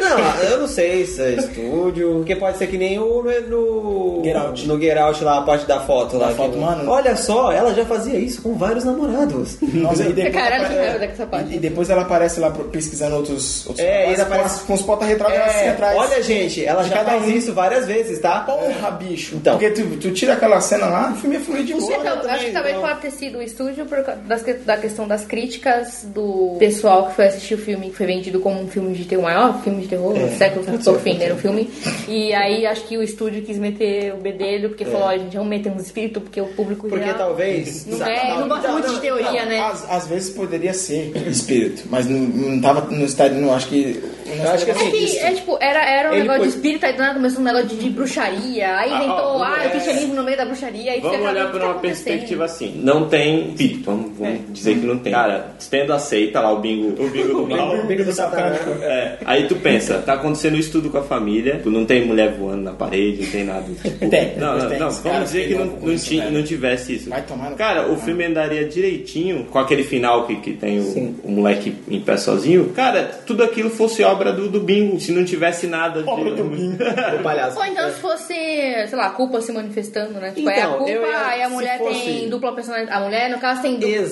S1: Não, eu não sei se é estúdio. Porque pode ser que nem o né, no. no
S2: Get Out.
S1: No Get Out lá, a parte da foto lá.
S2: foto,
S1: que-
S2: mano.
S1: Olha só, ela já fazia isso com vários namorados.
S2: Nossa, e depois,
S4: Caralho,
S2: apa-
S4: que merda que essa parte.
S2: E, e depois ela aparece lá pro- pesquisando outros, outros
S1: É,
S2: rapazes
S1: e ela
S2: com,
S1: aparece-
S2: as- com os porta-retratos
S1: É,
S2: assim atrás.
S1: olha, gente, ela
S2: De
S1: já
S2: cada
S1: faz
S2: um.
S1: isso várias vezes, tá?
S2: porra, bicho.
S1: Então.
S2: Porque tu, tu tira aquela cena lá, o filme é fluir de boa.
S4: Então,
S1: também,
S4: acho que talvez
S1: então.
S4: pode ter sido o estúdio por causa das que- da questão das críticas do pessoal que foi assistir o filme, que foi vendido como um filme de terror maior, filme de terror, século passou fim, era um filme. E aí acho que o estúdio quis meter o bedelho, porque falou, ó, gente, vamos meter um espírito, porque o público
S1: Porque
S4: já
S1: talvez.
S4: não, é, não gosta muito de teoria, né?
S2: Às, às vezes poderia ser espírito, mas não, não tava no estádio, não acho que.
S1: Eu acho que
S4: É
S1: assim.
S4: que, é, tipo, era, era um
S1: Ele
S4: negócio
S1: foi-
S4: de espírito, aí do nada começou um negócio de, de bruxaria, aí inventou, ah, o cristianismo no meio da bruxaria, aí
S3: Vamos
S4: você acaba,
S3: olhar
S4: o que
S3: por
S4: tá
S3: uma
S4: acontecendo?
S3: perspectiva assim. Não tem espírito, vamos,
S2: É.
S3: vamos dizer que não tem. Cara, tendo aceita lá o bingo, o bingo do mal.
S1: Bico do satanás.
S3: É, aí tu pensa, tá acontecendo isso tudo com a família, tu não tem mulher voando na parede, não tem nada. Tipo,
S2: Tem,
S3: não, não,
S2: tem.
S3: não,
S2: Os
S3: vamos
S2: caras
S3: dizer que não,
S2: tem louco
S3: não,
S2: isso,
S3: tinha-
S2: cara.
S3: não tivesse isso.
S2: né? Vai tomar no
S3: Cara,
S2: cu, né?
S3: o
S2: cara.
S3: filme andaria direitinho com aquele final que, que tem o, o moleque em pé sozinho. Cara, tudo aquilo fosse obra do, do bingo, se não tivesse nada.
S2: Obra do bingo.
S1: O palhaço.
S4: Ou então se fosse, sei lá, a culpa se manifestando, né? Tipo, é a
S1: Então,
S4: culpa
S1: eu ia-
S4: e a
S1: se
S4: mulher
S1: fosse-
S4: tem dupla personalidade. A mulher, no caso, tem dupla
S1: Exato.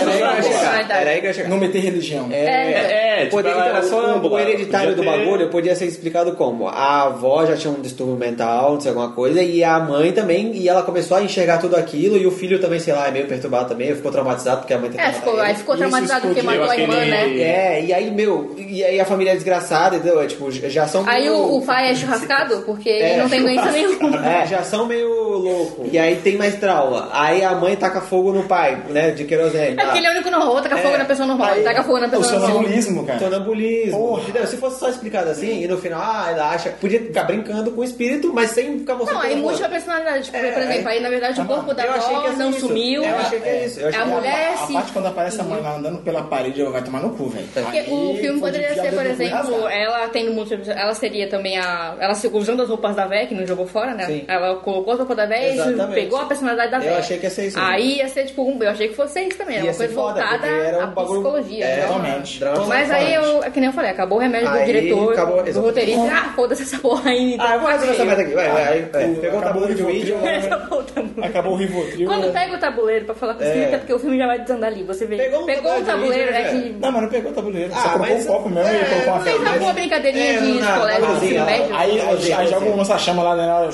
S1: Era aí que eu ia chegar. Era aí que eu ia chegar.
S2: Não meter religião.
S3: É, tipo,
S1: Poderia,
S3: ela era
S1: então, o-
S3: sâmbula,
S1: o hereditário do
S3: podia ter-
S1: bagulho podia ser explicado como a avó já tinha um distúrbio mental, não sei alguma coisa, e a mãe também, e ela começou a enxergar tudo aquilo, e o filho também, sei lá, é meio perturbado também, ficou traumatizado porque a mãe tentou
S4: É,
S1: matar
S4: ficou, aí
S1: ele.
S4: ficou
S2: Isso
S4: traumatizado porque
S2: explodiu
S4: matou a irmã,
S3: aquele-
S4: né?
S1: É, e aí, meu, e aí a família é desgraçada, entendeu? É, tipo, já são
S4: Aí
S1: meio-
S4: o, o pai é churrascado porque
S1: É,
S4: ele não tem doença nenhuma.
S1: É, já são meio louco. E aí tem mais trauma. Aí a mãe taca fogo no pai, né? De querosene.
S4: É porque ele é o único normal, taca fogo na pessoa normal. Ele taca fogo na
S2: O
S4: pessoa normal.
S1: é
S2: sonambulismo, é cara.
S1: Sonambulismo.
S2: Porra.
S1: Entendeu? Se fosse só explicado assim, e no final, ah, ela acha. Podia ficar brincando com o espírito, mas sem ficar mostrando.
S4: Não, aí
S1: todo mundo.
S4: múltipla personalidade. Tipo, por exemplo, aí na verdade o corpo da
S1: É, Eu achei que
S4: avó
S1: era
S4: não
S1: isso.
S4: sumiu. É
S1: Eu achei que era isso. Eu achei
S4: A
S1: que era-
S4: mulher-
S2: A
S4: se-
S2: parte quando aparece a mãe lá andando pela parede, ela vai tomar no cu, velho.
S4: Porque o filme poderia ser, por exemplo, ela tendo muito. Ela seria também a. Ela se- usando as roupas da véia, que não jogou fora, né?
S1: Sim.
S4: Ela colocou as roupas da véia e
S1: Exatamente.
S4: pegou a personalidade da
S1: Eu
S4: véia.
S1: achei que ia ser isso mesmo.
S4: Aí ia ser tipo um. Eu achei que fosse isso também. Era
S1: Ia
S4: uma
S1: ser
S4: coisa
S1: foda,
S4: voltada
S1: porque era um
S4: à
S1: bagulho-
S4: psicologia.
S1: É,
S4: né?
S2: Totalmente.
S1: Drama
S4: Mas aí, eu, é que nem eu falei, acabou o remédio
S1: Aí
S4: do diretor,
S1: acabou-
S4: do
S1: exatamente.
S4: roteirista. Ah, foda-se essa porra aí.
S1: Ah, eu vou resolver essa merda aqui. Vai, vai. Aí, é, pegou
S2: O-
S1: o
S2: acabou
S1: tabuleiro de
S2: o
S1: vídeo.
S2: vídeo.
S4: Essa porra tá muito-
S2: Acabou o Rivotril.
S4: Quando
S2: né?
S4: pega o tabuleiro pra falar com o
S1: É.
S4: espírito, é porque o filme já vai desandar ali. Você vê.
S1: Pegou um
S4: o tabuleiro,
S1: tabuleiro, né?
S4: é
S1: já
S4: que.
S2: Não, mas não pegou o tabuleiro.
S1: Ah,
S2: Só colocou
S1: mas-
S2: um copo mesmo e
S1: é,
S2: colocou uma
S1: não
S4: Vocês
S2: tela.
S4: não
S1: mas-
S4: uma brincadeirinha
S1: É,
S4: de
S1: não,
S4: colégio
S1: não,
S4: do ensino
S1: não, É
S4: médio?
S2: Aí, aí,
S1: Gostei,
S2: aí joga
S1: gostei.
S2: uma chama lá, né? Ela...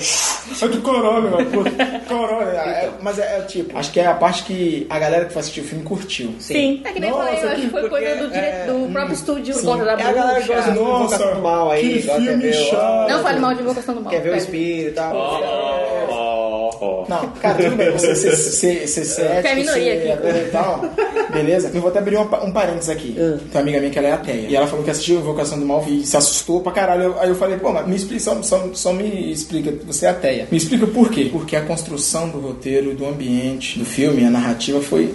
S2: Ai, que corona, mano. Pô, Corona. É, mas é, é tipo... Acho que é a parte que a galera que foi assistir o filme curtiu.
S4: Sim. É que nem eu falei,
S2: Nossa,
S4: eu acho que foi
S1: porque
S4: coisa do, dire...
S1: é-
S4: do próprio
S2: hum.
S4: estúdio, gosta da
S1: É
S2: um
S1: a galera que
S4: bruxa.
S1: gosta de invocação do mal aí.
S2: que
S1: gosta de
S2: filme
S1: ver o-
S2: chato.
S4: Não é. fale mal de invocação do mal.
S1: Quer ver o
S4: pega.
S1: espírito e tal.
S3: Ó, ó, ó.
S2: Não, cara, tudo bem, você é tipo, ser- ser ser- ser ético,
S4: Tem a minoria
S2: ser
S4: aqui.
S2: ator e tal, é, tá, Beleza? Eu vou até abrir uma- um parênteses aqui.
S1: Ah.
S2: Tem uma amiga minha que ela é ateia. E ela falou que assistiu Invocação do Mal e se assustou pra caralho. Eu- Aí eu falei, pô, mas me explica, só, só- só me explica, você é ateia. Me explica por quê. Porque a construção do roteiro, do ambiente, do filme, a narrativa foi.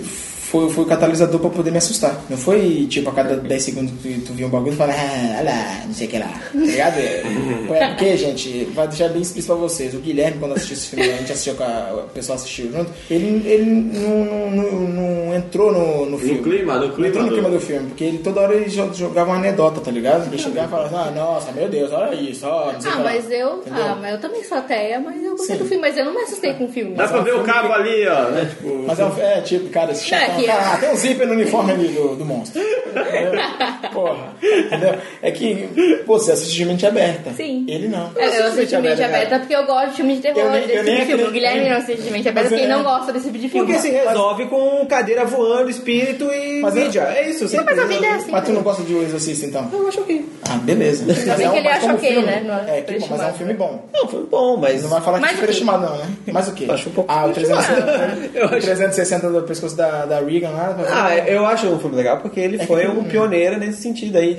S2: Foi, foi o catalisador pra poder me assustar. Não foi tipo a cada 10 segundos que tu, tu via um bagulho e fala, ah, olha lá, não sei o que lá. Tá ligado? É é porque, gente, vai deixar bem explícito pra vocês. O Guilherme, quando assistiu esse filme, a gente assistiu com a, o pessoal assistiu junto, ele, ele não, não- não- não entrou no, no filme.
S3: clima, no
S2: Não
S3: clima
S2: entrou no
S3: do-
S2: clima do filme, porque ele toda hora ele jo- jogava uma anedota, tá ligado? Ele chegava e falava, ah, nossa, meu Deus, olha isso, ó, não sei o
S4: Ah,
S2: que lá.
S4: mas eu.
S2: Entendeu?
S4: Ah, mas eu também sou ateia, mas eu gostei
S2: Sim.
S4: do filme, mas eu não me assustei com o filme. É,
S3: Dá pra ver o cabo ali, ó. Né? Tipo,
S2: Mas é, um- é tipo, cara, esse
S4: Não, é
S2: chatão,
S4: que-
S2: cara, ah, tem um zíper no uniforme ali do, do monstro. Entendeu? Porra, entendeu? É que, pô, você assiste de mente aberta.
S4: Sim.
S2: Ele não.
S4: É, Eu assisto de mente aberta porque eu gosto de filme de terror,
S2: Eu nem-
S4: desse
S2: eu
S4: tipo
S2: nem
S4: de filme. O
S2: acredito.
S4: Guilherme não assiste de mente
S2: Mas
S4: aberta porque ele
S2: é- assim-
S4: não gosta desse tipo de filme.
S1: Porque se resolve com cadeira voando, espírito e
S2: Mas é-
S1: mídia. É isso.
S4: Não, mas a vida é assim.
S2: um- Mas tu
S4: também.
S2: não gosta de O Exorcista, então?
S1: Eu acho que...
S2: Ah, beleza. Mas
S4: bem que ele
S2: mas
S4: acha
S2: como
S4: ok,
S2: filme-
S4: né? Não é
S2: É, que bom, mas é um
S4: superestimado.
S2: filme bom.
S1: Não, foi bom, mas...
S2: Você não vai falar que
S4: Mas
S2: é
S4: o quê?
S2: superestimado, não, né? Mas o quê?
S1: Acho um pouco
S2: Ah, o 360,
S1: Eu acho-
S2: o 360 do pescoço da, da Regan lá. tá
S1: Ah, eu acho um filme legal porque
S2: É
S1: ele foi um pioneiro nesse sentido aí
S2: Hum.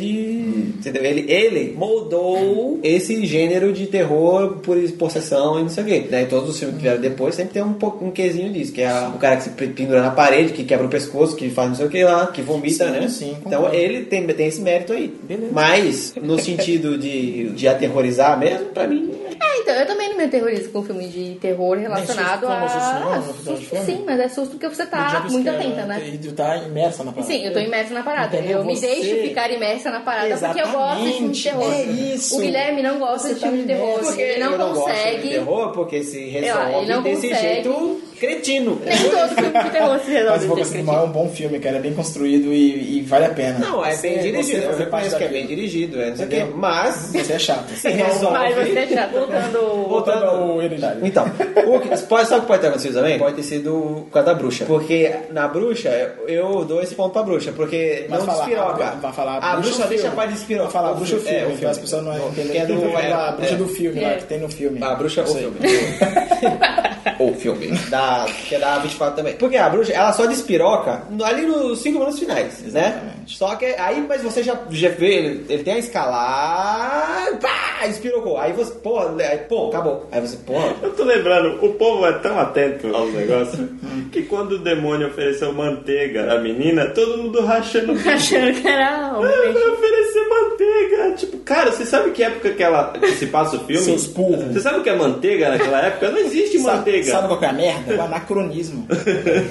S1: de. Entendeu? Ele, ele moldou esse gênero de terror por possessão e não sei o quê. Daí todos os filmes que vieram depois sempre tem um, po- um quezinho disso, que é a- o cara que se pre- pendura na parede, que quebra o pescoço, que faz não sei o que lá, que vomita,
S2: Sim,
S1: né?
S2: sim, concordo.
S1: então ele tem, tem esse mérito aí. Mas, no sentido de, de aterrorizar mesmo, pra mim.
S4: É, então, eu também não me aterrorizo com filme de terror relacionado
S2: susto,
S4: a.
S2: como susto, não,
S4: Ah,
S2: no final de
S4: Susto,
S2: filme?
S4: sim, mas é susto porque você
S2: Do
S4: tá
S2: jumpscare,
S4: muito atenta, né?
S2: é, E tu tá imersa na parada.
S4: Sim, eu tô imersa na parada.
S2: Entendeu?
S4: Eu me
S2: Você-
S4: deixo ficar imersa na parada porque eu gosto de filme de terror.
S2: Exatamente. É isso.
S4: O Guilherme não gosta
S2: Você
S4: de
S2: tá
S4: filme de terror. assim,
S2: imerso.
S4: Ele não,
S1: eu não gosto de
S4: consegue.
S1: terror porque se
S4: lá, ele
S1: resolve
S4: não
S1: desse
S4: consegue.
S1: jeito cretino.
S4: Nem todo filme de terror se resolve.
S2: Mas o
S4: desse
S2: Boca do
S4: jeito.
S2: Mal é um bom filme, cara. É bem construído e, e vale a pena.
S1: Não, é bem
S2: Você-
S1: dirigido.
S2: você
S1: Eu
S2: fazer parte
S1: reconheço que é
S2: daquilo.
S1: bem dirigido, é, não sei o
S2: Ok.
S1: quê. Mas.
S2: Você é chato.
S1: Se resolve.
S4: Mas
S2: é
S4: você é já voltando.
S2: Voltando ao Hereditário.
S1: Então, o que, pode, sabe o que pode ter acontecido também? Pode ter sido por causa da bruxa. Porque na bruxa, eu dou esse ponto pra bruxa. Porque
S2: Vai
S1: não
S2: falar,
S1: despiroca.
S2: a- vai falar,
S1: a bruxa
S2: do
S1: deixa
S2: filme.
S1: pra despiroca.
S2: Vai falar a bruxa do filme,
S1: É, o
S2: que as pessoas não
S1: Que é
S2: entendem.
S1: do-
S2: Vai falar a
S1: é,
S2: bruxa
S1: é.
S2: do filme lá,
S4: É.
S2: que tem no filme.
S1: A bruxa ou
S2: Sei.
S1: filme. ou filme. Da, que é da 24 também. Porque a bruxa, ela só despiroca no- ali nos 5 minutos finais, né?
S2: Exatamente.
S1: Só que aí, mas você já, já vê, ele, ele tem a escalar, pá, despirocou. Aí você, porra, aí, pô, acabou. Aí você, porra,
S3: Eu tô lembrando, o povo é tão atento aos negócios que quando o demônio ofereceu manteiga à menina, todo mundo rachando o bico.
S4: Achando que era um
S3: Ah,
S4: homem.
S3: Vai oferecer manteiga. Tipo, cara, você sabe que época que, ela, que se passa o filme?
S2: Seus burros.
S3: Você sabe o que é manteiga naquela época? Não existe
S2: Sabe-
S3: manteiga.
S2: Sabe qual que é a merda? O anacronismo.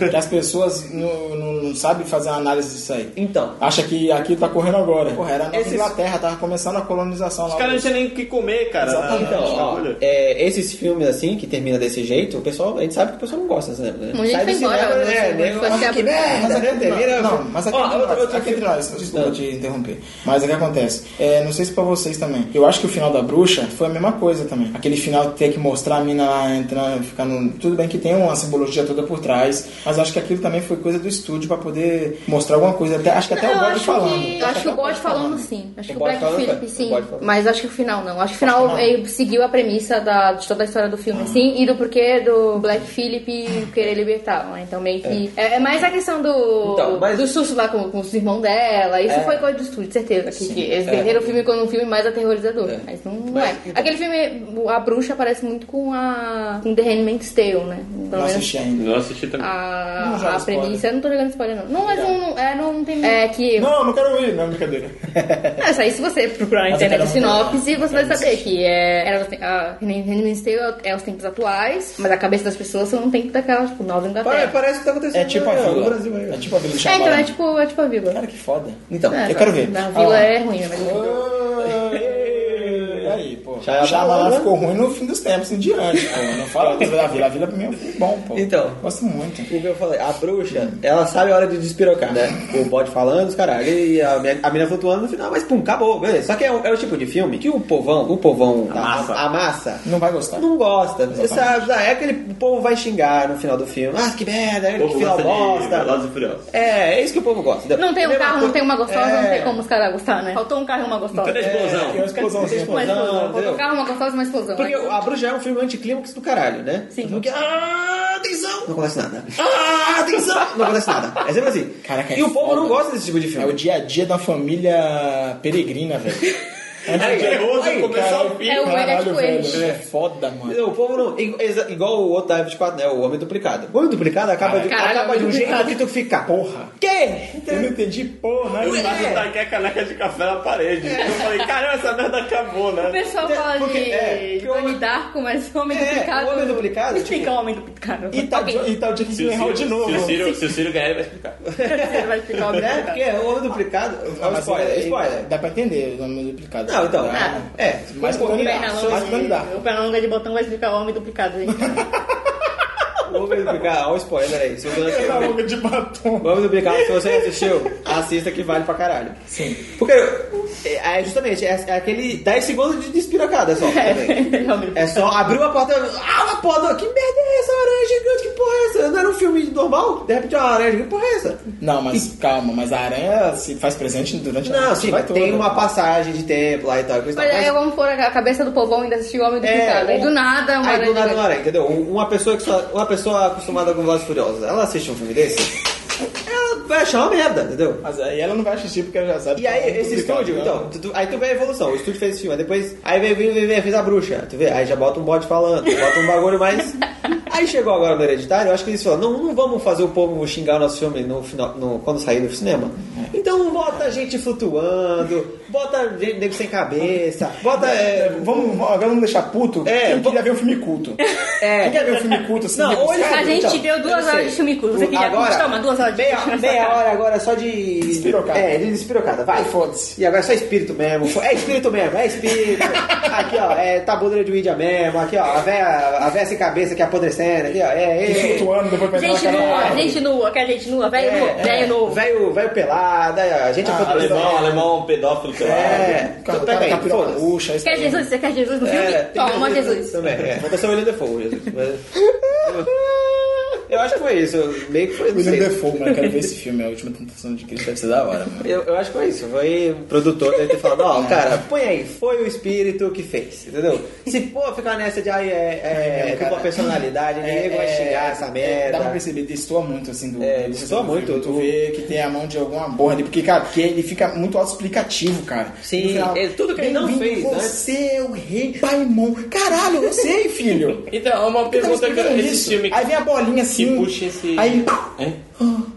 S2: que as pessoas não, não, não sabem fazer uma análise disso aí.
S1: Então.
S2: Acha que aqui tá correndo agora. Porra, era na
S1: Esses-
S2: Inglaterra, tava começando a colonização lá.
S3: Os caras não tinham nem o que comer, cara. na-
S2: Exatamente.
S3: na-
S1: Então,
S3: na
S1: ó,
S3: agulha.
S1: é, esses filmes assim, que termina desse jeito, o pessoal, a gente sabe que o pessoal não gosta do cinema, né?
S4: Muita gente
S1: Sai do
S4: foi embora,
S1: cinema,
S4: né?
S1: né?
S4: Foi
S1: nego-
S4: fazer
S1: "Ah,
S4: a-
S1: que merda, né? Termina-
S2: Não, mas aqui,
S1: Ó,
S2: entre,
S1: outra-
S2: nós,
S1: outra-
S2: aqui Tá. entre nós, desculpa te interromper. Mas o que acontece? É, não sei se pra vocês também. Eu acho que o final da bruxa foi a mesma coisa também. Aquele final de ter que mostrar a mina lá entrando, ficando. Tudo bem que tem uma simbologia toda por trás, mas acho que aquilo também foi coisa do estúdio pra poder mostrar alguma coisa. Até, acho que até
S4: eu
S2: o God
S4: acho
S2: falando.
S4: que, eu acho que o
S2: até
S4: God falando sim. Acho
S1: O
S4: que o
S1: God
S4: Black
S1: falando
S4: Phillip
S1: foi. O
S4: sim.
S1: God falando.
S4: Mas acho que o final não. Acho que o
S2: Acho
S4: final
S2: que não.
S4: ele seguiu a premissa da, de toda a história do filme, sim, e do porquê do Black Phillip querer libertá-la. né? Então meio que. É, é mais a questão do,
S1: Então, mas-
S4: do susto lá com, com os irmãos dela. Isso foi coisa do estúdio, certeza. Que, que eles venderam o filme como um filme mais aterrorizador. Mas não, não é. Aquele filme, a bruxa parece muito com a. com The Handmaid's Tale, né? Pelo
S2: Não
S4: menos-
S2: assisti ainda.
S3: Não assisti também.
S4: a,
S2: Não joga
S4: a
S2: spoiler.
S4: premissa. Eu não tô jogando spoiler, não. Não, mas não, não, é, não tem. É que.
S2: Não, não quero ouvir, não, brincadeira.
S4: É, Isso aí, se você procurar na
S2: Mas eu
S4: internet
S2: quero mudar.
S4: sinopse, você vai saber que é. Era, a Handmaid's Tale é os tempos atuais, mas a cabeça das pessoas são um tempo daquela, tipo, nova
S1: Pare-
S4: Inglaterra.
S1: Parece que tá acontecendo
S2: É tipo a
S1: no- no
S2: vila.
S1: Brasil aí.
S2: É tipo a vila do
S4: É, então é
S2: Xabará.
S4: tipo, é tipo a vila.
S2: Cara, que foda.
S1: Então,
S4: É,
S2: eu quero ver.
S4: Na
S2: Ah,
S4: vila
S2: lá.
S4: é ruim, mas.
S2: Ei, Aí, pô. é?
S1: Shyamalan,
S2: Shyamalan
S1: né?
S2: ficou ruim no fim dos tempos em diante, pô. Não fala coisa da Vila. A Vila pra mim é um filme bom, pô.
S1: Então.
S2: Gosto muito.
S1: O que eu falei, a bruxa, ela sabe a hora de despirocar, né? O bode falando, os caralho, e a, minha- a mina flutuando no final, mas pum, acabou, beleza. Só que é o, é o tipo de filme que o povão, o povão, da- a
S3: massa.
S1: a massa,
S2: Não vai gostar.
S1: não gosta. Você
S2: Exatamente.
S1: sabe, ah, é aquele o povo vai xingar no final do filme. Ah, que merda,
S3: O
S1: que
S3: povo
S1: final
S3: gosta de
S1: bosta.
S3: Velozes e Furiosos.
S1: É, é isso que o povo gosta. entendeu?
S4: Não tem um
S1: Mesma
S4: carro, não
S1: coisa-
S4: tem uma gostosa,
S1: É. Então,
S4: não tem como os caras gostar, né? Faltou um carro e uma gostosa.
S3: Cadê a explosão?
S2: Tem uma explosãozinha.
S1: Explosão,
S4: Uma explosão. Faltou
S1: entendeu?
S4: um carro, uma gostosa e uma explosão.
S1: Porque
S4: né?
S1: a Bruxa é um filme anticlímax do caralho, né?
S4: Sim.
S1: Porque, ah, atenção, não acontece nada. Ah, atenção! Não acontece nada. É sempre assim.
S2: Caraca, é
S1: e o povo
S2: foda.
S1: não gosta desse tipo de
S2: É
S1: filme.
S2: o dia a dia da família peregrina, velho. É
S3: terroroso começar o filme.
S4: É o Gwyneth Coelho.
S2: É foda, mano.
S1: tipo, O povo não. i- exa- Igual o outro da F4, né? O Homem Duplicado. O Homem Duplicado acaba, de,
S4: Caralho,
S1: acaba de um
S4: Homem
S1: jeito
S4: Duplicado.
S1: que tu fica.
S2: Porra.
S1: Que?
S2: Eu não entendi porra. né?
S3: Eu
S2: nenhuma.
S3: embaixo tá aqui a caneca de café na parede. Eu falei, caramba, essa merda acabou,
S4: O
S3: né?
S4: pessoal
S1: É,
S4: fala
S1: porque-
S4: de
S1: é, que o
S4: Donnie
S1: homem-
S4: Darko, mas o Homem
S1: É,
S4: Duplicado...
S1: o Homem Duplicado,
S4: Explica
S1: tipo-
S4: o Homem Duplicado.
S2: E tá,
S4: Alguém
S2: o- e tá o James
S3: Se o
S2: Gyllenhaal
S3: Ciro,
S2: de novo.
S3: se o Ciro, se o Ciro ganhar, ele vai explicar.
S4: vai explicar o Homem
S1: Né?
S4: Duplicado.
S1: Porque o Homem Duplicado.
S2: Ah,
S1: Não,
S2: mas
S1: spoiler,
S2: é-
S1: spoiler.
S2: Dá pra entender o nome duplicado.
S1: Não, então.
S2: Tá.
S4: Nada.
S1: É.
S2: Mas
S1: o
S2: quando
S1: Homem-
S2: ele- Só
S4: Pernalonga,
S2: quando dá.
S4: de- o Pernalonga de Botão vai explicar o Homem Duplicado, gente.
S1: o Homem Duplicado. Olha o spoiler aí. Se você não assistiu,
S2: boca de batom.
S1: o Homem Duplicado, se você não assistiu, assista que vale pra caralho.
S2: Sim.
S1: Porque é é justamente é, é aquele 10 segundos de despirocada
S2: Tá
S1: só também.
S4: É o Homem
S1: É só abrir uma porta. Ah, uma porta! Que merda é essa? Uma aranha gigante, que porra é essa? Não era um filme normal? De repente, uma aranha gigante, que porra é essa?
S2: Não, mas calma, mas a aranha se faz presente durante a
S1: Não,
S2: noite,
S1: sim,
S2: vai
S1: tem
S2: toda.
S1: uma passagem de tempo lá e tal. coisa e tal,
S4: Olha,
S1: mas-
S4: eu vamos pôr a cabeça do povão ainda assistir o Homem Duplicado.
S1: É,
S4: Aí do nada, uma
S1: Aí do nada
S4: aranha-
S1: uma aranha, entendeu? Um- Uma pessoa, que só- uma pessoa acostumada com Velozes e Furiosos, ela assiste um filme desse, ela vai achar uma merda, entendeu?
S2: Mas aí ela não vai assistir porque ela já sabe.
S1: E aí,
S2: que é
S1: esse
S2: duplicado,
S1: estúdio,
S2: né?
S1: então, tu- tu- aí tu vê a evolução. O estúdio fez esse filme, aí depois, aí veio, veio, veio, veio, fez a bruxa, tu vê? Aí já bota um bode falando, bota um bagulho mais. Aí chegou agora no Hereditário, eu acho que eles falaram: não, não vamos fazer o povo xingar o nosso filme no final, no- quando sair do cinema.
S2: É.
S1: Então bota gente flutuando, bota gente nego sem cabeça, bota.
S2: É,
S1: É,
S2: vamos, agora vamos deixar puto.
S1: É,
S2: quem
S1: vamos-
S2: queria ver um filme culto?
S1: é,
S2: Quem quer ver um filme culto assim?
S1: Não, ou ele
S2: rebuscado?
S4: A gente
S1: Então,
S4: deu
S1: eu não
S4: duas
S1: sei.
S4: horas de filme curto. Você queria
S1: Agora,
S4: toma duas horas de
S1: meia,
S4: filme curto na
S1: meia
S4: sua cara.
S1: hora agora só de...
S2: Despirocada.
S1: É, de despirocada, vai.
S2: Ai, foda-se.
S1: E agora é só espírito mesmo. Fo- É espírito mesmo, é espírito. aqui, ó, é tabuleiro de Ouija mesmo. Aqui, ó, a véia, a véia sem cabeça que apodrecendo. Aqui, ó, é...
S2: E
S1: é
S2: flutuando, depois pegando
S4: Gente
S2: aquela
S4: nua,
S2: árvore.
S4: gente nua, quer gente nua, velho nu, velho novo.
S1: Velho, velho pelado, aí, ó, a gente
S2: Ah,
S1: apodrecendo.
S3: Alemão, alemão um pedófilo pelado.
S1: É,
S2: Cara,
S1: então pega
S2: tá
S1: aí,
S2: piroca
S1: foda-se. É,
S2: murcha, isso
S4: Quer
S2: aí.
S4: Jesus, você quer Jesus no filme?
S1: tem
S4: Toma,
S1: mais
S4: Jesus.
S1: Também, é. Falta ser o William Defoe, Jesus. mas- Eu acho que foi isso. eu Meio que foi, não
S2: William
S1: sei.
S2: Defoe, mano, eu quero ver esse filme. A Última Tentação de Cristo deve ser da hora, mano.
S1: Eu, eu acho que foi isso. Foi o produtor deve ter falado, ó, cara, põe aí, foi o espírito que fez, entendeu? Se for ficar nessa de ai, é, é,
S2: mesmo,
S1: dupla
S2: cara.
S1: personalidade, ninguém vai xingar essa
S2: É, Dá pra
S1: merda.
S2: perceber, destoa muito, assim, do...
S1: É,
S2: do-
S1: destoa
S2: do
S1: muito,
S2: filme. Tu
S1: do-
S2: vê que tem a mão de alguma porra ali, porque, cara, que ele fica muito auto-explicativo, cara.
S1: Sim,
S2: No final,
S1: ele- tudo que ele não
S2: "Bem-vindo,
S1: fez, né?"
S2: Você é o rei Paimon. Caralho, eu sei, filho.
S3: Então, uma
S2: Eu tava
S3: pergunta que
S1: é
S2: explicando
S3: esse
S2: é isso.
S3: filme
S2: Aí vem a bolinha
S3: que
S2: assim.
S3: puxa esse.
S2: Aí...
S3: Hein?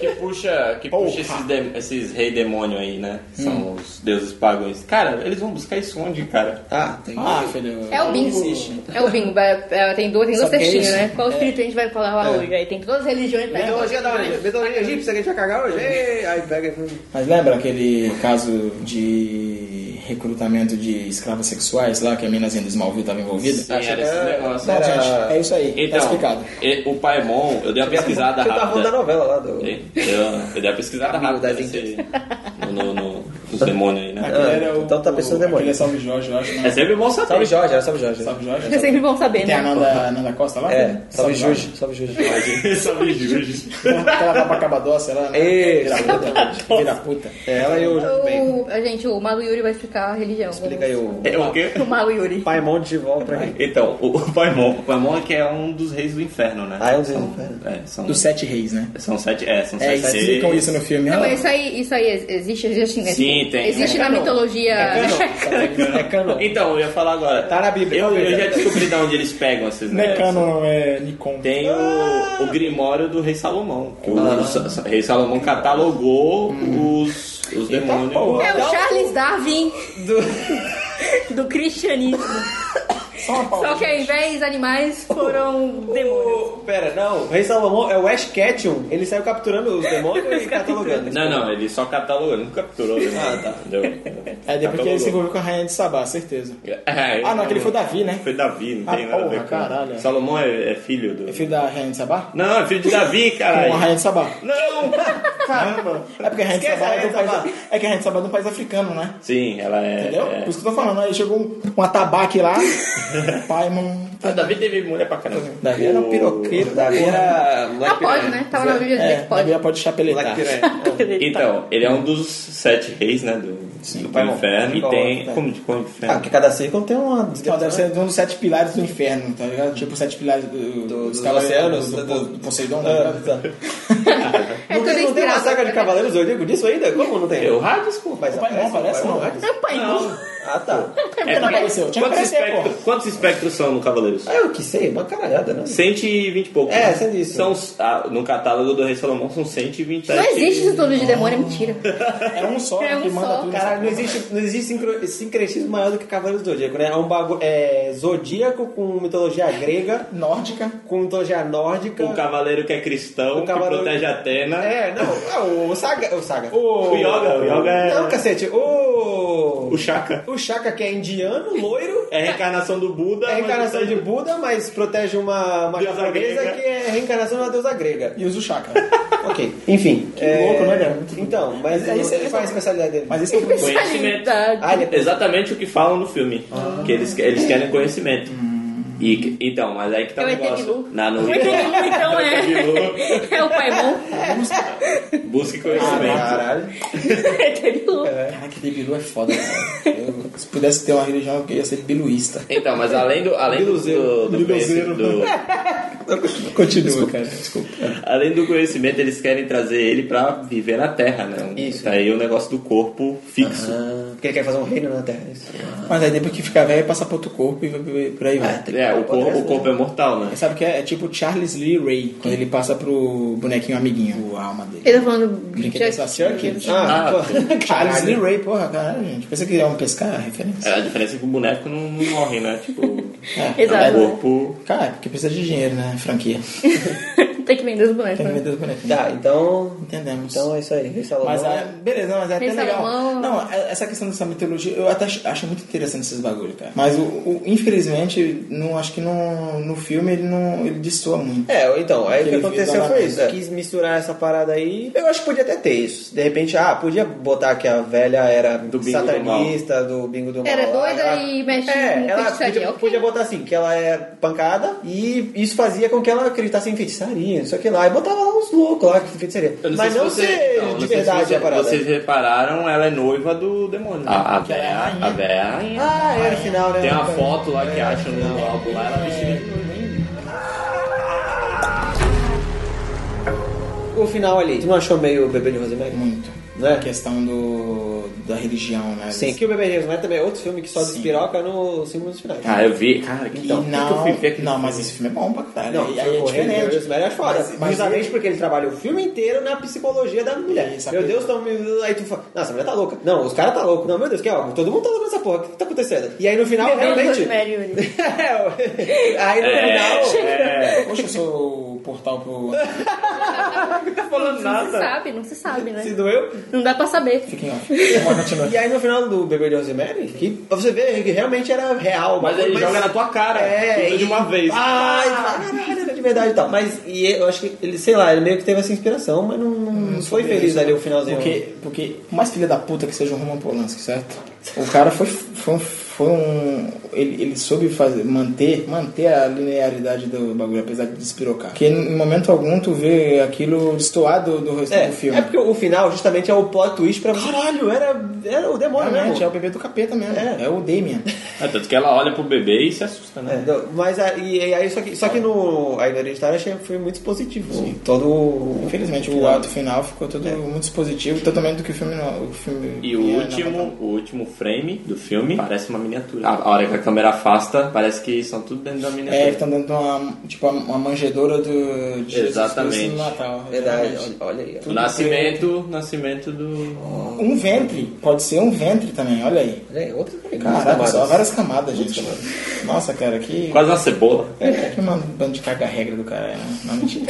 S3: Que puxa, que
S2: Porra.
S3: puxa esses, de- esses rei demônio aí, né?
S1: Hum.
S3: São os deuses pagões. Cara, eles vão buscar isso onde, cara?
S1: Ah, tem.
S2: Ah, filho.
S4: É o bingo.
S2: Existe.
S4: É o bingo. vai- é, tem duas, tem duas
S2: Sabe que é
S4: festinhas,
S2: isso?
S4: né? Qual espírito a gente vai falar lá hoje? Aí tem todas as religiões. né?
S1: Mitologia da onde? Mitologia egípcia que a gente vai cagar hoje? Ei, Aí pega e fala,
S2: Mas lembra aquele caso de recrutamento de escravas sexuais lá, que a minazinha do Smallville estava envolvida?
S3: Sim, era esse negócio.
S2: Não, gente, é isso aí.
S3: Então,
S2: tá explicado.
S3: e- o Paimon, eu dei uma pesquisada
S1: Você tá falando da
S3: rápida.
S1: novela lá do.
S3: Eu, eu dei uma pesquisada
S1: Amigo
S3: rápida
S1: das
S3: nesse, no, no, no- nos demônios aí, né?
S2: Aquele era o,
S1: então tá pensando em
S2: aquele
S1: demônio.
S2: é Salve Jorge, eu acho. não
S3: É sempre bom saber.
S1: Salve Jorge, era salve Jorge. né?
S2: Salve Jorge.
S4: Vocês sempre vão saber,
S2: Tem a
S4: né?
S2: Nanda, Nanda Costa lá?
S1: É, salve
S2: Jorge.
S1: Juju, salve Juju.
S3: Salve Jorge.
S2: Aquela da Bacabadócia lá. né?
S1: Ei,
S2: Vira puta. Vira puta.
S1: É, ela e o Jorge Bem.
S4: O, a gente, o Mago Yuri vai explicar a religião.
S1: Liga aí o.
S3: É o quê?
S4: O Mago Yuri.
S1: Paimon de volta pra quem?
S3: Então, o, o Paimon. O Paimon é que é um dos reis do inferno, né?
S1: Ah, eu não sei. pera.
S3: É, são,
S2: Dos Sete Reis, né?
S3: são sete. É, são
S2: É,
S3: sete
S2: eles
S3: reis.
S2: explicam é isso no filme. Ah,
S4: Não,
S2: ó.
S4: mas isso aí, isso aí ex- existe, existe, né?
S3: Sim, tem.
S4: Existe na mitologia. né?
S1: É
S2: né?
S1: canon.
S3: Então, eu ia falar agora.
S1: Tá na Bíblia,
S3: Eu,
S1: tá na
S3: eu
S1: Bíblia.
S3: já descobri de onde eles pegam esses
S2: Não é
S3: negócios.
S2: Canon, é Nikon.
S3: Tem o, o Grimório do Rei Salomão. que o Sa- Sa- Rei Salomão catalogou
S2: Hum.
S3: os, os
S2: tá
S3: demônios.
S2: né?
S4: É o Charles Darwin
S1: Então, Do-
S4: do cristianismo.
S2: Só uma pausa.
S4: Só que ao invés animais foram demônios.
S1: O- Pera, não, o Rei Salomão é o Ash Ketchum, ele saiu capturando os demônios e catalogando.
S3: Não, não, ele só catalogou, ele não capturou. Ele não, tá, entendeu?
S2: Ah, É, depois que ele se
S3: Catalogou.
S2: envolveu com a Rainha de Sabá, certeza.
S3: É,
S2: Ah, não, aquele foi Davi, né?
S3: Foi Davi, não
S2: Ah,
S3: tem nada a ver
S2: porra,
S3: com
S2: caralho.
S3: Salomão é, é filho do.
S2: É filho da Rainha de Sabá?
S3: Não, é filho de Davi,
S2: Com a
S3: caralho.
S2: Rainha de Sabá.
S3: Não!
S2: Caramba! É porque a Rainha de
S1: Esquece
S2: Sabá
S1: a
S2: é do
S1: Rainha de
S2: país... É que a Rainha de Sabá é de um país africano, né?
S3: Sim, ela é.
S2: Entendeu?
S3: é-
S2: Por isso que eu tô falando. Aí chegou um, um atabaque lá. Pai, mano.
S3: Ah, Davi teve mulher pra caramba.
S2: Davi era um piroqueiro da
S1: Davi
S2: porra.
S1: era
S4: Ah,
S1: moleque
S4: pode,
S1: piranha.
S4: né? Tava na Bíblia dizendo
S2: É,
S4: que pode.
S1: Tá.
S2: Davi pode chapeletar.
S1: Moleque piranha.
S3: Então, ele é um dos sete reis, né? Do,
S2: Sim.
S1: Vai
S3: do
S1: bom.
S3: inferno e
S1: Qual
S3: tem.
S1: outro, né?
S3: Como, como que
S1: Ah,
S3: inferno?
S1: porque cada círculo tem uma
S2: Então,
S1: desgraça.
S2: deve ser um dos sete pilares do inferno, tá ligado? Tipo, os sete pilares do,
S1: Do- dos
S2: cavaleiros,
S1: oceanos, do-
S2: do, do- do Poseidon, tá
S1: Ah,
S2: ligado?
S1: tá.
S4: É
S1: não, tem, não tem uma
S4: inspirado. né?
S1: saga de Cavaleiros Zodíaco disso ainda? Como não tem?
S3: Eu, rádio, desculpa.
S1: Mas
S2: O Pai Mó aparece, não?
S1: aparece?
S4: É o pai Noel.
S1: Ah, tá.
S2: Por que não apareceu? Tinha que
S3: Quantos,
S2: aparecer, pô.
S3: espectro- quantos espectros são no Cavaleiros?
S1: Ah, eu que sei, uma caralhada, né?
S3: 120 e pouco.
S1: É, 120.
S3: São, ah, no catálogo do Rei Salomão são 127.
S4: Não existe tudo de demônio, é mentira.
S2: É um só
S4: É um
S2: que manda
S4: só.
S2: tudo.
S1: Caralho, não existe, não existe sincro- sincretismo maior do que Cavaleiros do Zodíaco, né? É um bagulho. É zodíaco com mitologia grega,
S2: Nórdica.
S1: com mitologia nórdica.
S3: O cavaleiro que é cristão,
S1: O cavaleiro-
S3: que protege Atena.
S1: É, não, ah, o Saga. O Saga.
S3: O Yoga, o Yoga é-
S1: Não, cacete, o.
S3: O Chaka.
S1: O Chaka que é indiano, loiro.
S3: É a reencarnação do Buda.
S1: É a reencarnação
S3: mas- tá-
S1: de Buda, mas protege uma, uma
S3: Deusa
S1: japonesa
S3: grega.
S1: que é a reencarnação de uma deusa grega.
S2: E usa o chakra.
S1: Ok. Enfim. Que
S2: louco, né, cara?
S1: Então, mas aí você faz a especialidade dele.
S2: é Mas esse é o
S3: Conhecimento.
S1: Ah, ele é
S3: Exatamente o que falam no filme.
S1: Ah.
S3: Que eles, eles querem conhecimento.
S1: Hum.
S3: E, que- então, mas aí que tá
S4: É
S3: o
S4: o ET
S3: negócio.
S4: Bilu.
S3: Na
S4: O ET
S3: noite,
S4: Bilu, então, é. É o pai bom.
S3: busque conhecimento.
S1: Ah, Caralho.
S4: É o ET Bilu.
S2: Caraca, de Bilu é foda, cara. Eu, se pudesse ter uma religião, eu ia ser biluísta.
S3: Então, mas além do, além do, do, do conhecimento, do-
S2: Continua, cara. Desculpa.
S3: além do conhecimento, eles querem trazer ele pra viver na Terra, né?
S1: Isso.
S3: Tá aí o negócio do corpo fixo.
S1: Ah, porque ele quer fazer um reino na Terra. Isso.
S2: Mas aí depois que ficar velho, passa pro outro corpo e vai- vai- por aí vai.
S3: É, o corpo, o corpo é mortal, né?
S2: Sabe o que é? É tipo Charles Lee Ray, quando ele passa pro bonequinho amiguinho, a alma dele.
S4: Ele tá falando de
S2: Brinquedo
S4: Chuck.
S2: assassino.
S1: Ah,
S3: Ah,
S1: pô.
S2: Charles Lee
S1: Caralho.
S2: Ray, porra, caralho, gente. Pensa que é um pescar, referência.
S3: É, a diferença é que o boneco não, não morre, né? Tipo,
S4: Exato.
S3: o corpo.
S2: Cara, é porque precisa de dinheiro, né? Franquia.
S4: Tem que vender os bonecos.
S2: Tem que
S4: né?
S2: vender os bonecos.
S1: Tá, então.
S2: Entendemos.
S1: Então é isso aí. Rei Salomão.
S2: Mas é, beleza, mas é até
S4: Rei
S2: legal.
S4: Salomão.
S2: Não, é- essa questão dessa mitologia, eu até acho- acho muito interessante esses bagulhos, cara. Mas o, o- infelizmente, não, acho que no, no filme ele não ele destoa muito.
S1: É, então, aí o que
S2: Aquele
S1: aconteceu
S2: vídeo lá
S1: foi
S2: na
S1: isso.
S2: mesa.
S1: Quis misturar essa parada aí. Eu acho que podia até ter isso. De repente, ah, podia botar que a velha era
S3: bingo
S1: satanista, do bingo do mal.
S4: Era doida
S1: Ela-
S4: e mexe
S1: É,
S4: com
S1: ela
S4: feitiçaria,
S1: podia,
S4: ok.
S1: podia botar assim, que ela é pancada e isso fazia com que ela acreditasse em feitiçaria, não sei o que lá. E botava lá uns loucos lá, que feitiçaria.
S3: Eu
S1: Mas
S3: sei
S1: não
S3: se você-
S1: ser
S3: não, não
S1: de
S3: sei se
S1: verdade
S3: você-
S1: a parada.
S3: Vocês repararam, ela é noiva do demônio. A, a véia, a véia.
S1: Ah, era no final, né?
S3: Tem uma foto lá que acham no álbum lá, ela vestida de noiva.
S1: O final ali, tu não achou meio o bebê de Rosemary?
S3: Hum.
S2: Muito.
S1: Né?
S2: A questão do, da religião, né?
S1: Sim, que o bebê de Rosemary também é outro filme que só
S2: Sim.
S1: despiroca no 5 minutos finais.
S3: Ah, eu vi. Cara, que,
S2: E
S3: então, que que eu
S2: não,
S3: fui ver aquele
S2: não, mas esse filme é bom pra caralho.
S1: Não,
S2: aí,
S1: foi
S2: aí é
S1: o Henry
S2: diferente.
S1: Rosemary é foda.
S2: Mas-
S1: Mas,
S2: mas-
S1: Justamente porque ele trabalha o filme inteiro na psicologia da mulher.
S2: Isso,
S1: meu
S2: aqui.
S1: Deus, tão... aí tu fala, nossa, a mulher tá louca. Não, os caras tá louco. Não, meu Deus, que é ó, todo mundo tá louco nessa porra. O que que tá acontecendo? E aí no final,
S4: Bebê de
S1: realmente...
S4: Rosemary, Yuri.
S1: É, aí no final...
S3: É, é.
S2: Poxa, eu sou o portal pro.
S3: falando
S4: Não se
S3: nada.
S4: sabe, não se sabe, né?
S1: Se doeu.
S4: Não dá pra saber.
S2: Fiquem off. Vamos continuar.
S1: E aí no final do Bebê de Rosemary, que pra você ver que realmente era real.
S3: Mas ele joga na tua cara.
S1: É,
S3: tudo de
S1: e-
S3: uma vez.
S1: Ah, e fala, caralho, era de verdade e tal. Mas e eu acho que ele, sei lá, ele meio que teve essa inspiração, mas não, não foi feliz ali o finalzinho.
S2: Porque, porque por mais filha da puta que seja o Roman Polanski, certo? O cara foi, foi, um- foi um. Ele, ele soube fazer, manter, manter a linearidade do bagulho, apesar de despirocar. Porque em momento algum tu vê aquilo destoar do, do resto
S1: É,
S2: do filme.
S1: é porque o final justamente é o plot twist pra caralho, era, era o demônio
S2: Realmente, é
S1: mesmo.
S2: o bebê do capeta mesmo.
S1: né, É.
S2: É, o Damien.
S3: É, tanto que ela olha pro bebê e se assusta,
S1: É,
S3: né?
S1: não, mas aí, e aí só que, só que no aí no Hereditário achei foi muito positivo. assim, Todo o-
S2: Infelizmente, o
S1: final.
S2: ato final ficou tudo
S1: É.
S2: muito positivo, totalmente do que o filme. não- O filme
S3: E o
S2: ia
S1: é
S3: último,
S1: tá
S2: narrar.
S3: o último frame do filme parece uma miniatura. A, a hora que a câmera afasta, parece que são tudo dentro da
S2: É, que
S3: miniatura.
S1: tá
S2: estão dando uma, tipo, uma manjedoura do, de Jesus
S3: Exatamente.
S2: Cristo no Natal.
S1: Verdade,
S2: Exatamente.
S1: é, olha, olha aí. ó.
S3: o nascimento, nascimento do.
S2: Um ventre, pode ser um ventre também, olha aí.
S1: Olha aí, outra coisa.
S2: Caraca,
S1: Várias
S2: só
S1: camadas.
S2: várias camadas, gente. Nossa, cara, que.
S3: Quase uma cebola.
S2: É, que uma banda de carga regra do cara, né? Não, mentira.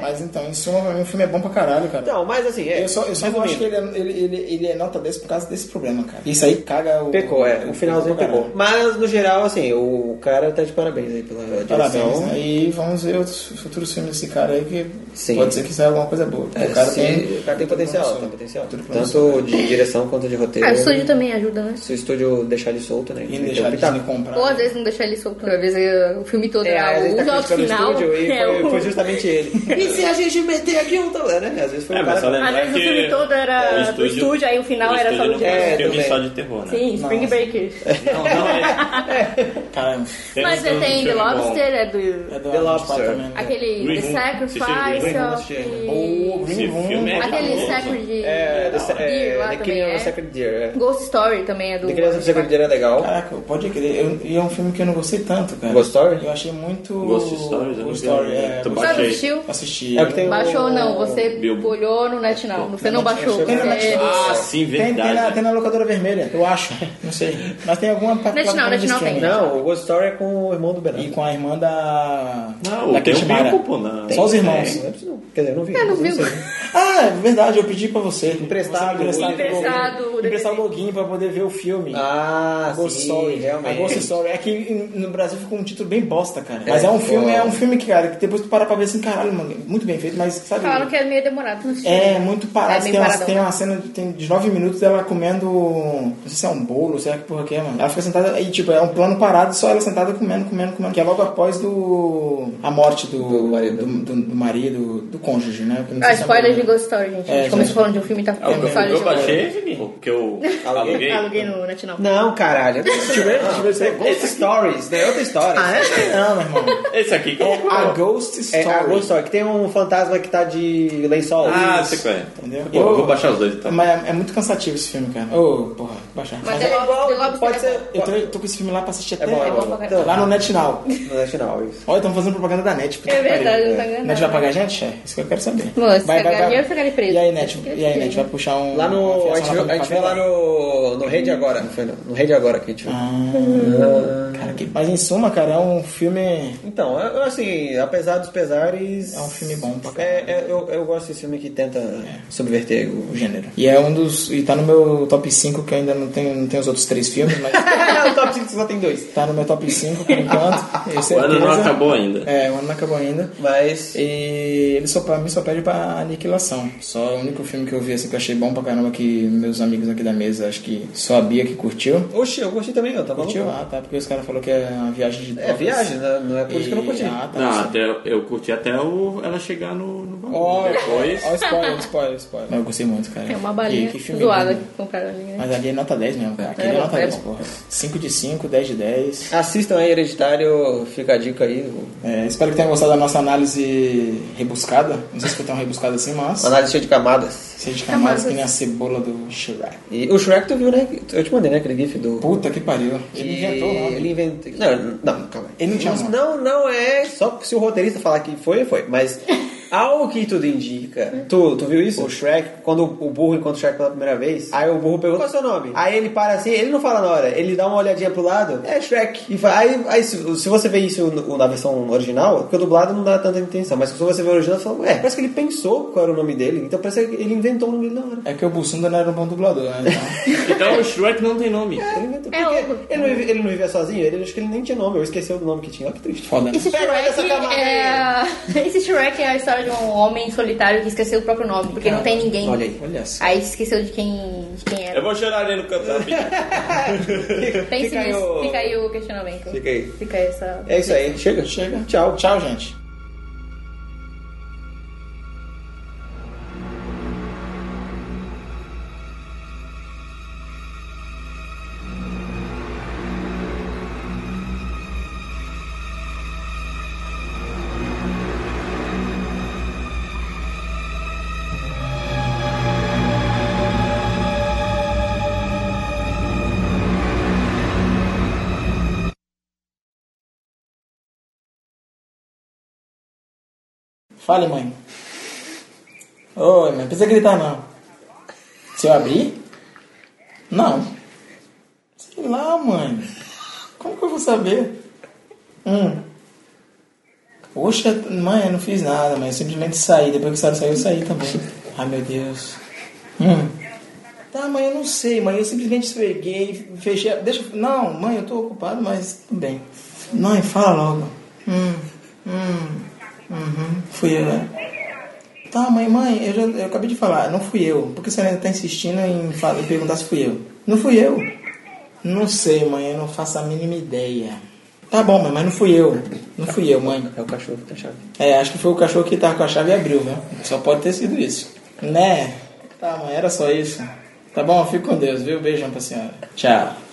S2: Mas então, em suma, pra mim, o filme é bom pra caralho, cara.
S1: Então, mas assim, é,
S2: Eu só, eu só não acho que ele é, ele, ele, ele é nota 10 por causa desse problema, cara. Isso aí aí caga o.
S1: Pecou, é. O finalzinho
S2: pra
S1: pegou.
S2: caralho.
S1: Mas, no geral, assim, o cara tá de parabéns aí pela direção.
S2: Parabéns. né? E vamos ver os futuros filmes desse cara aí que
S1: Sim.
S2: pode ser que saia alguma coisa boa.
S1: É,
S2: o cara
S1: sim,
S2: tem.
S1: o cara tem potencial,
S2: promissor.
S1: tem potencial.
S2: Tudo
S1: Tanto de direção quanto de roteiro.
S4: Ah, o estúdio também ajuda, né?
S1: Se o estúdio deixar ele solto, né?
S2: E
S1: Ele
S2: deixar
S1: tem
S2: ele
S1: que optar.
S2: de comprar.
S4: Ou às vezes não deixar ele solto. Às vezes eh, o filme todo
S1: É,
S4: lá,
S1: às vezes tá
S4: o jogo
S1: criticando o
S4: final.
S1: estúdio e
S4: é,
S1: foi,
S4: o-
S1: foi justamente ele. e se a gente meter aqui um talher, né? Às vezes foi
S3: É,
S1: um
S3: mas só
S1: cara...
S4: Às
S3: lembrar
S4: vezes o
S3: que
S4: filme todo era
S3: o
S4: do estúdio, aí o final era só
S3: estúdio
S4: do
S1: diretor.
S3: não faz um filme
S1: É,
S3: só
S1: também.
S3: de terror, né?
S4: Sim, Spring
S2: Nossa.
S4: Breakers.
S2: Não, não é. Caramba.
S3: Tem
S4: Mas
S3: um
S4: você
S3: tanto de
S4: tem The
S3: filme bom.
S4: Lobster, é do.
S2: É do
S1: The
S2: Arnold
S1: Lobster.
S2: Schwarzenegger.
S4: Aquele
S3: Green Room. Green
S4: The
S3: Room,
S4: Sacrifice.
S1: assisti.
S2: O
S3: Esse
S2: Green Room.
S3: filme é
S4: Aquele
S3: cabuloso.
S4: Sacred de
S1: É,
S4: Deer
S1: The, é,
S4: lá
S1: The
S4: também
S1: Killing of
S4: é.
S1: the Sacred Deer, é.
S4: Ghost Story também é do.
S1: The Killing of the Sacred Deer é legal.
S2: Caraca, pode crer. Eu- E é um filme que eu não gostei tanto, cara.
S1: Ghost Story?
S2: Eu achei muito.
S3: Ghost Stories, eu não vi
S2: Ghost Story,
S3: ainda.
S2: é.
S3: Tu
S2: Ghost-
S4: Sabe,
S3: Baixei.
S4: assistiu?
S2: Assisti.
S1: É o que tem o-
S4: Baixou não, você
S3: Bilbo.
S4: olhou no net não. Você não baixou.
S2: Tem na
S4: Você...
S2: Netflix.
S3: Ah, sim,
S2: Tem, tem, na,
S3: verdade.
S2: tem na locadora vermelha, eu acho. Não sei. Mas tem alguma pa-
S4: Net não,
S2: plataforma
S4: Net
S2: de
S4: não
S2: streaming.
S4: tem.
S1: Não, o Ghost Story é com o irmão do Benan.
S2: né? E com a irmã da.
S3: Não,
S2: da
S3: tem
S2: Kate
S3: um
S2: Mara.
S3: Bilbo, pô, não.
S2: Só os irmãos.
S1: Não, não, quer dizer, eu não vi.
S4: Ah, não viu?
S2: Ah, é verdade, eu pedi pra você.
S1: Emprestado,
S2: Você me
S4: emprestado,
S2: login.
S4: o DVD.
S2: Emprestar o login pra poder ver o filme.
S1: né? Ah,
S2: Ghost
S1: sim,
S2: Story,
S1: realmente.
S2: A Ghost Story. É que em- no Brasil ficou um título bem bosta, cara.
S1: É,
S2: Mas é um
S1: pô.
S2: filme, é um filme que, cara, que depois tu parar pra ver assim, caralho, mano, muito bem feito, mas sabe.
S4: Falaram que é meio demorado. não assisti.
S2: É, muito parado.
S4: É bem
S2: tem, uma,
S4: paradão.
S2: tem uma cena de, tem de 9 minutos dela comendo. Não sei se é um bolo, sei lá que porra que é, mano. Ela fica sentada e, tipo, é um plano parado, só ela sentada comendo, comendo, comendo. Que é logo após do. A morte do. Do marido. Do, do marido, do cônjuge, né? Que eu não
S4: Ah,
S2: sei se é
S4: spoiler de
S2: marido.
S4: Ghost Story, gente. A
S2: É,
S4: gente começou
S2: gente.
S4: falando de um filme e tá
S3: Ah, o
S4: falando
S3: que
S4: de
S3: eu- o que eu
S4: spoiler.
S3: baixei, o que eu aluguei.
S4: Aluguei no net não.
S1: Não, caralho. Ghost Stories, né? Outra história. Ah, é?
S2: Não, meu irmão.
S3: Esse aqui que eu
S2: A Ghost Story.
S1: É a Ghost Story, que tem um fantasma que tá de lençol.
S3: Ah, você conhece.
S2: Entendeu?
S3: Pô, eu vou baixar os dois então.
S2: Mas é, é muito cansativo esse filme, cara. Ô, porra, baixar.
S4: Mas
S2: Mas
S4: é igual, The Lobster
S1: pode
S4: é
S1: ser... Então,
S4: bom.
S2: eu tô, eu tô com esse filme lá pra assistir até.
S1: É bom, é bom. Então,
S2: Lá no NetNow.
S1: Não é final, isso.
S2: Olha, estão fazendo propaganda da Net. puta
S4: É
S2: que pariu.
S4: verdade, não tá ganhando
S2: Net vai
S4: nada.
S2: pagar a gente? É, isso que eu quero saber.
S4: Mano, se pagar dinheiro, fica ali preso.
S2: E aí, Net?
S4: Fica
S2: E aí, Net?
S4: preso.
S2: Vai puxar um.
S1: Lá no.
S2: uma
S1: A
S2: fiação
S1: gente, viu-
S2: pra-
S1: a gente
S2: pra-
S1: viu lá no. No Rede Agora, não foi não. No Rede Agora que a gente viu.
S2: Ah, cara, que... Mas em suma, cara, é um filme.
S1: Então, eu- eu, assim, apesar dos pesares.
S2: É um filme bom pra caralho.
S1: é, é, eu, eu gosto desse filme que tenta
S2: É.
S1: subverter o
S2: O gênero. E é um dos. E tá no meu top 5, que eu ainda não tenho, não tenho os outros três filmes, mas
S1: o É um top 5 só tem dois.
S2: tá no meu top 5 por enquanto. tenho
S3: O ano não
S2: certeza.
S3: acabou ainda.
S2: É, o ano não acabou ainda.
S1: Mas.
S2: E ele só pra mim só pede pra aniquilação. Só o único filme que eu vi assim que eu achei bom pra caramba que meus amigos aqui da mesa, acho que só a Bia que curtiu.
S1: Oxi, eu gostei também, eu tava
S2: Curtiu? Ah, tá, porque os caras falaram que é uma viagem de
S1: É
S2: drogas.
S1: viagem, né? Não é por isso que eu não
S2: E-
S1: curti.
S2: Ah, tá.
S3: Não, até, eu curti até o, ela chegar no, no bagulho.
S2: Ó,
S3: Depois.
S2: ó, spoiler, spoiler, spoiler. Mas eu gostei muito, cara.
S4: É uma balinha
S2: Que- que filme
S4: zoada
S2: lindo.
S4: que compraram ali, né?
S2: Mas ali é nota 10 mesmo, cara. Aquele é,
S4: é
S2: nota
S4: bom, é
S2: 10,
S4: bom.
S2: porra. 5 de 5, 10 de 10.
S1: Assistam aí Hereditário, fica a dica aí.
S2: É, espero que tenham gostado da nossa análise rebuscada. Não sei se foi tão rebuscada assim, mas.
S4: É
S1: Uma análise cheia de camadas.
S2: Seja de
S4: Camadas.
S2: camadas que nem a cebola do Shrek.
S1: E o Shrek tu viu, né? Eu te mandei, né? Aquele gif do.
S2: Puta que pariu.
S1: que
S2: Ele inventou o nome.
S1: Ele inventou. Não, não, calma aí.
S2: Ele não tinha
S1: Mas
S2: nome.
S1: não, não é. Só se o roteirista falar que foi, foi. Mas ao que tudo indica. Tu, tu viu isso? O Shrek, quando o burro encontra o Shrek pela primeira vez, aí o burro pergunta qual é o seu nome? Aí ele para assim, ele não fala na hora, ele dá uma olhadinha pro lado, é Shrek. E fala, aí, aí se, se você vê isso no- na versão original, porque o dublado não dá tanta intenção, mas se você vê o original, você fala, ué, parece que ele pensou qual era o nome dele, então parece que ele inventou o nome dele na hora.
S2: É que o Bussunda não era um bom dublador, né? Então,
S3: Então o Shrek não tem nome.
S1: Ele inventou.
S4: É
S1: Porque
S4: louco.
S1: ele, não vive- ele não vivia sozinho, ele acho que ele nem tinha nome, eu esqueci o nome que tinha, olha que triste.
S2: foda. né?
S4: Esse
S1: Pega essa
S4: Shrek,
S1: camada
S4: é... Esse Shrek é a história de um homem solitário que esqueceu o próprio nome, porque não tem ninguém.
S1: Olha aí.
S2: Olha só.
S4: Aí esqueceu de quem, de quem
S3: Eu
S4: era.
S3: vou chorar ali no canto rapidinho.
S4: Pense
S1: Fica aí
S4: nisso.
S1: o-
S4: Fica aí o questionamento.
S1: Fica aí.
S4: Fica essa.
S1: É isso aí. Chega,
S2: Chega.
S1: Tchau.
S2: Tchau, gente. Fale, mãe. Oi, mãe. Não precisa gritar, não. Se eu abrir? Não. Sei lá, mãe. Como que eu vou saber? Hum. Poxa, mãe, eu não fiz nada, mãe. Eu simplesmente saí. Depois que o Sara saiu, eu saí também. Ai, meu Deus. Hum. Tá, Ah, mãe, eu não sei, mãe. Eu simplesmente esfreguei, fechei. a- Deixa. eu- Não, mãe, eu tô ocupado, mas tudo bem. Mãe, fala logo. Hum, hum, uhum. Fui eu, né? Tá, mãe, mãe, eu, já, eu acabei de falar, não fui eu. Por que você ainda tá insistindo em, fa- em perguntar se fui eu? Não fui eu. Não sei, mãe, eu não faço a mínima ideia. Tá bom, mãe, mas não fui eu. Não fui eu, mãe.
S1: É o cachorro que tá chave.
S2: É, acho que foi o cachorro que tava com a chave e abriu, né? Só pode ter sido isso. Né? Tá, mãe, era só isso. Tá bom, fico com Deus, viu? Beijão pra senhora. Tchau.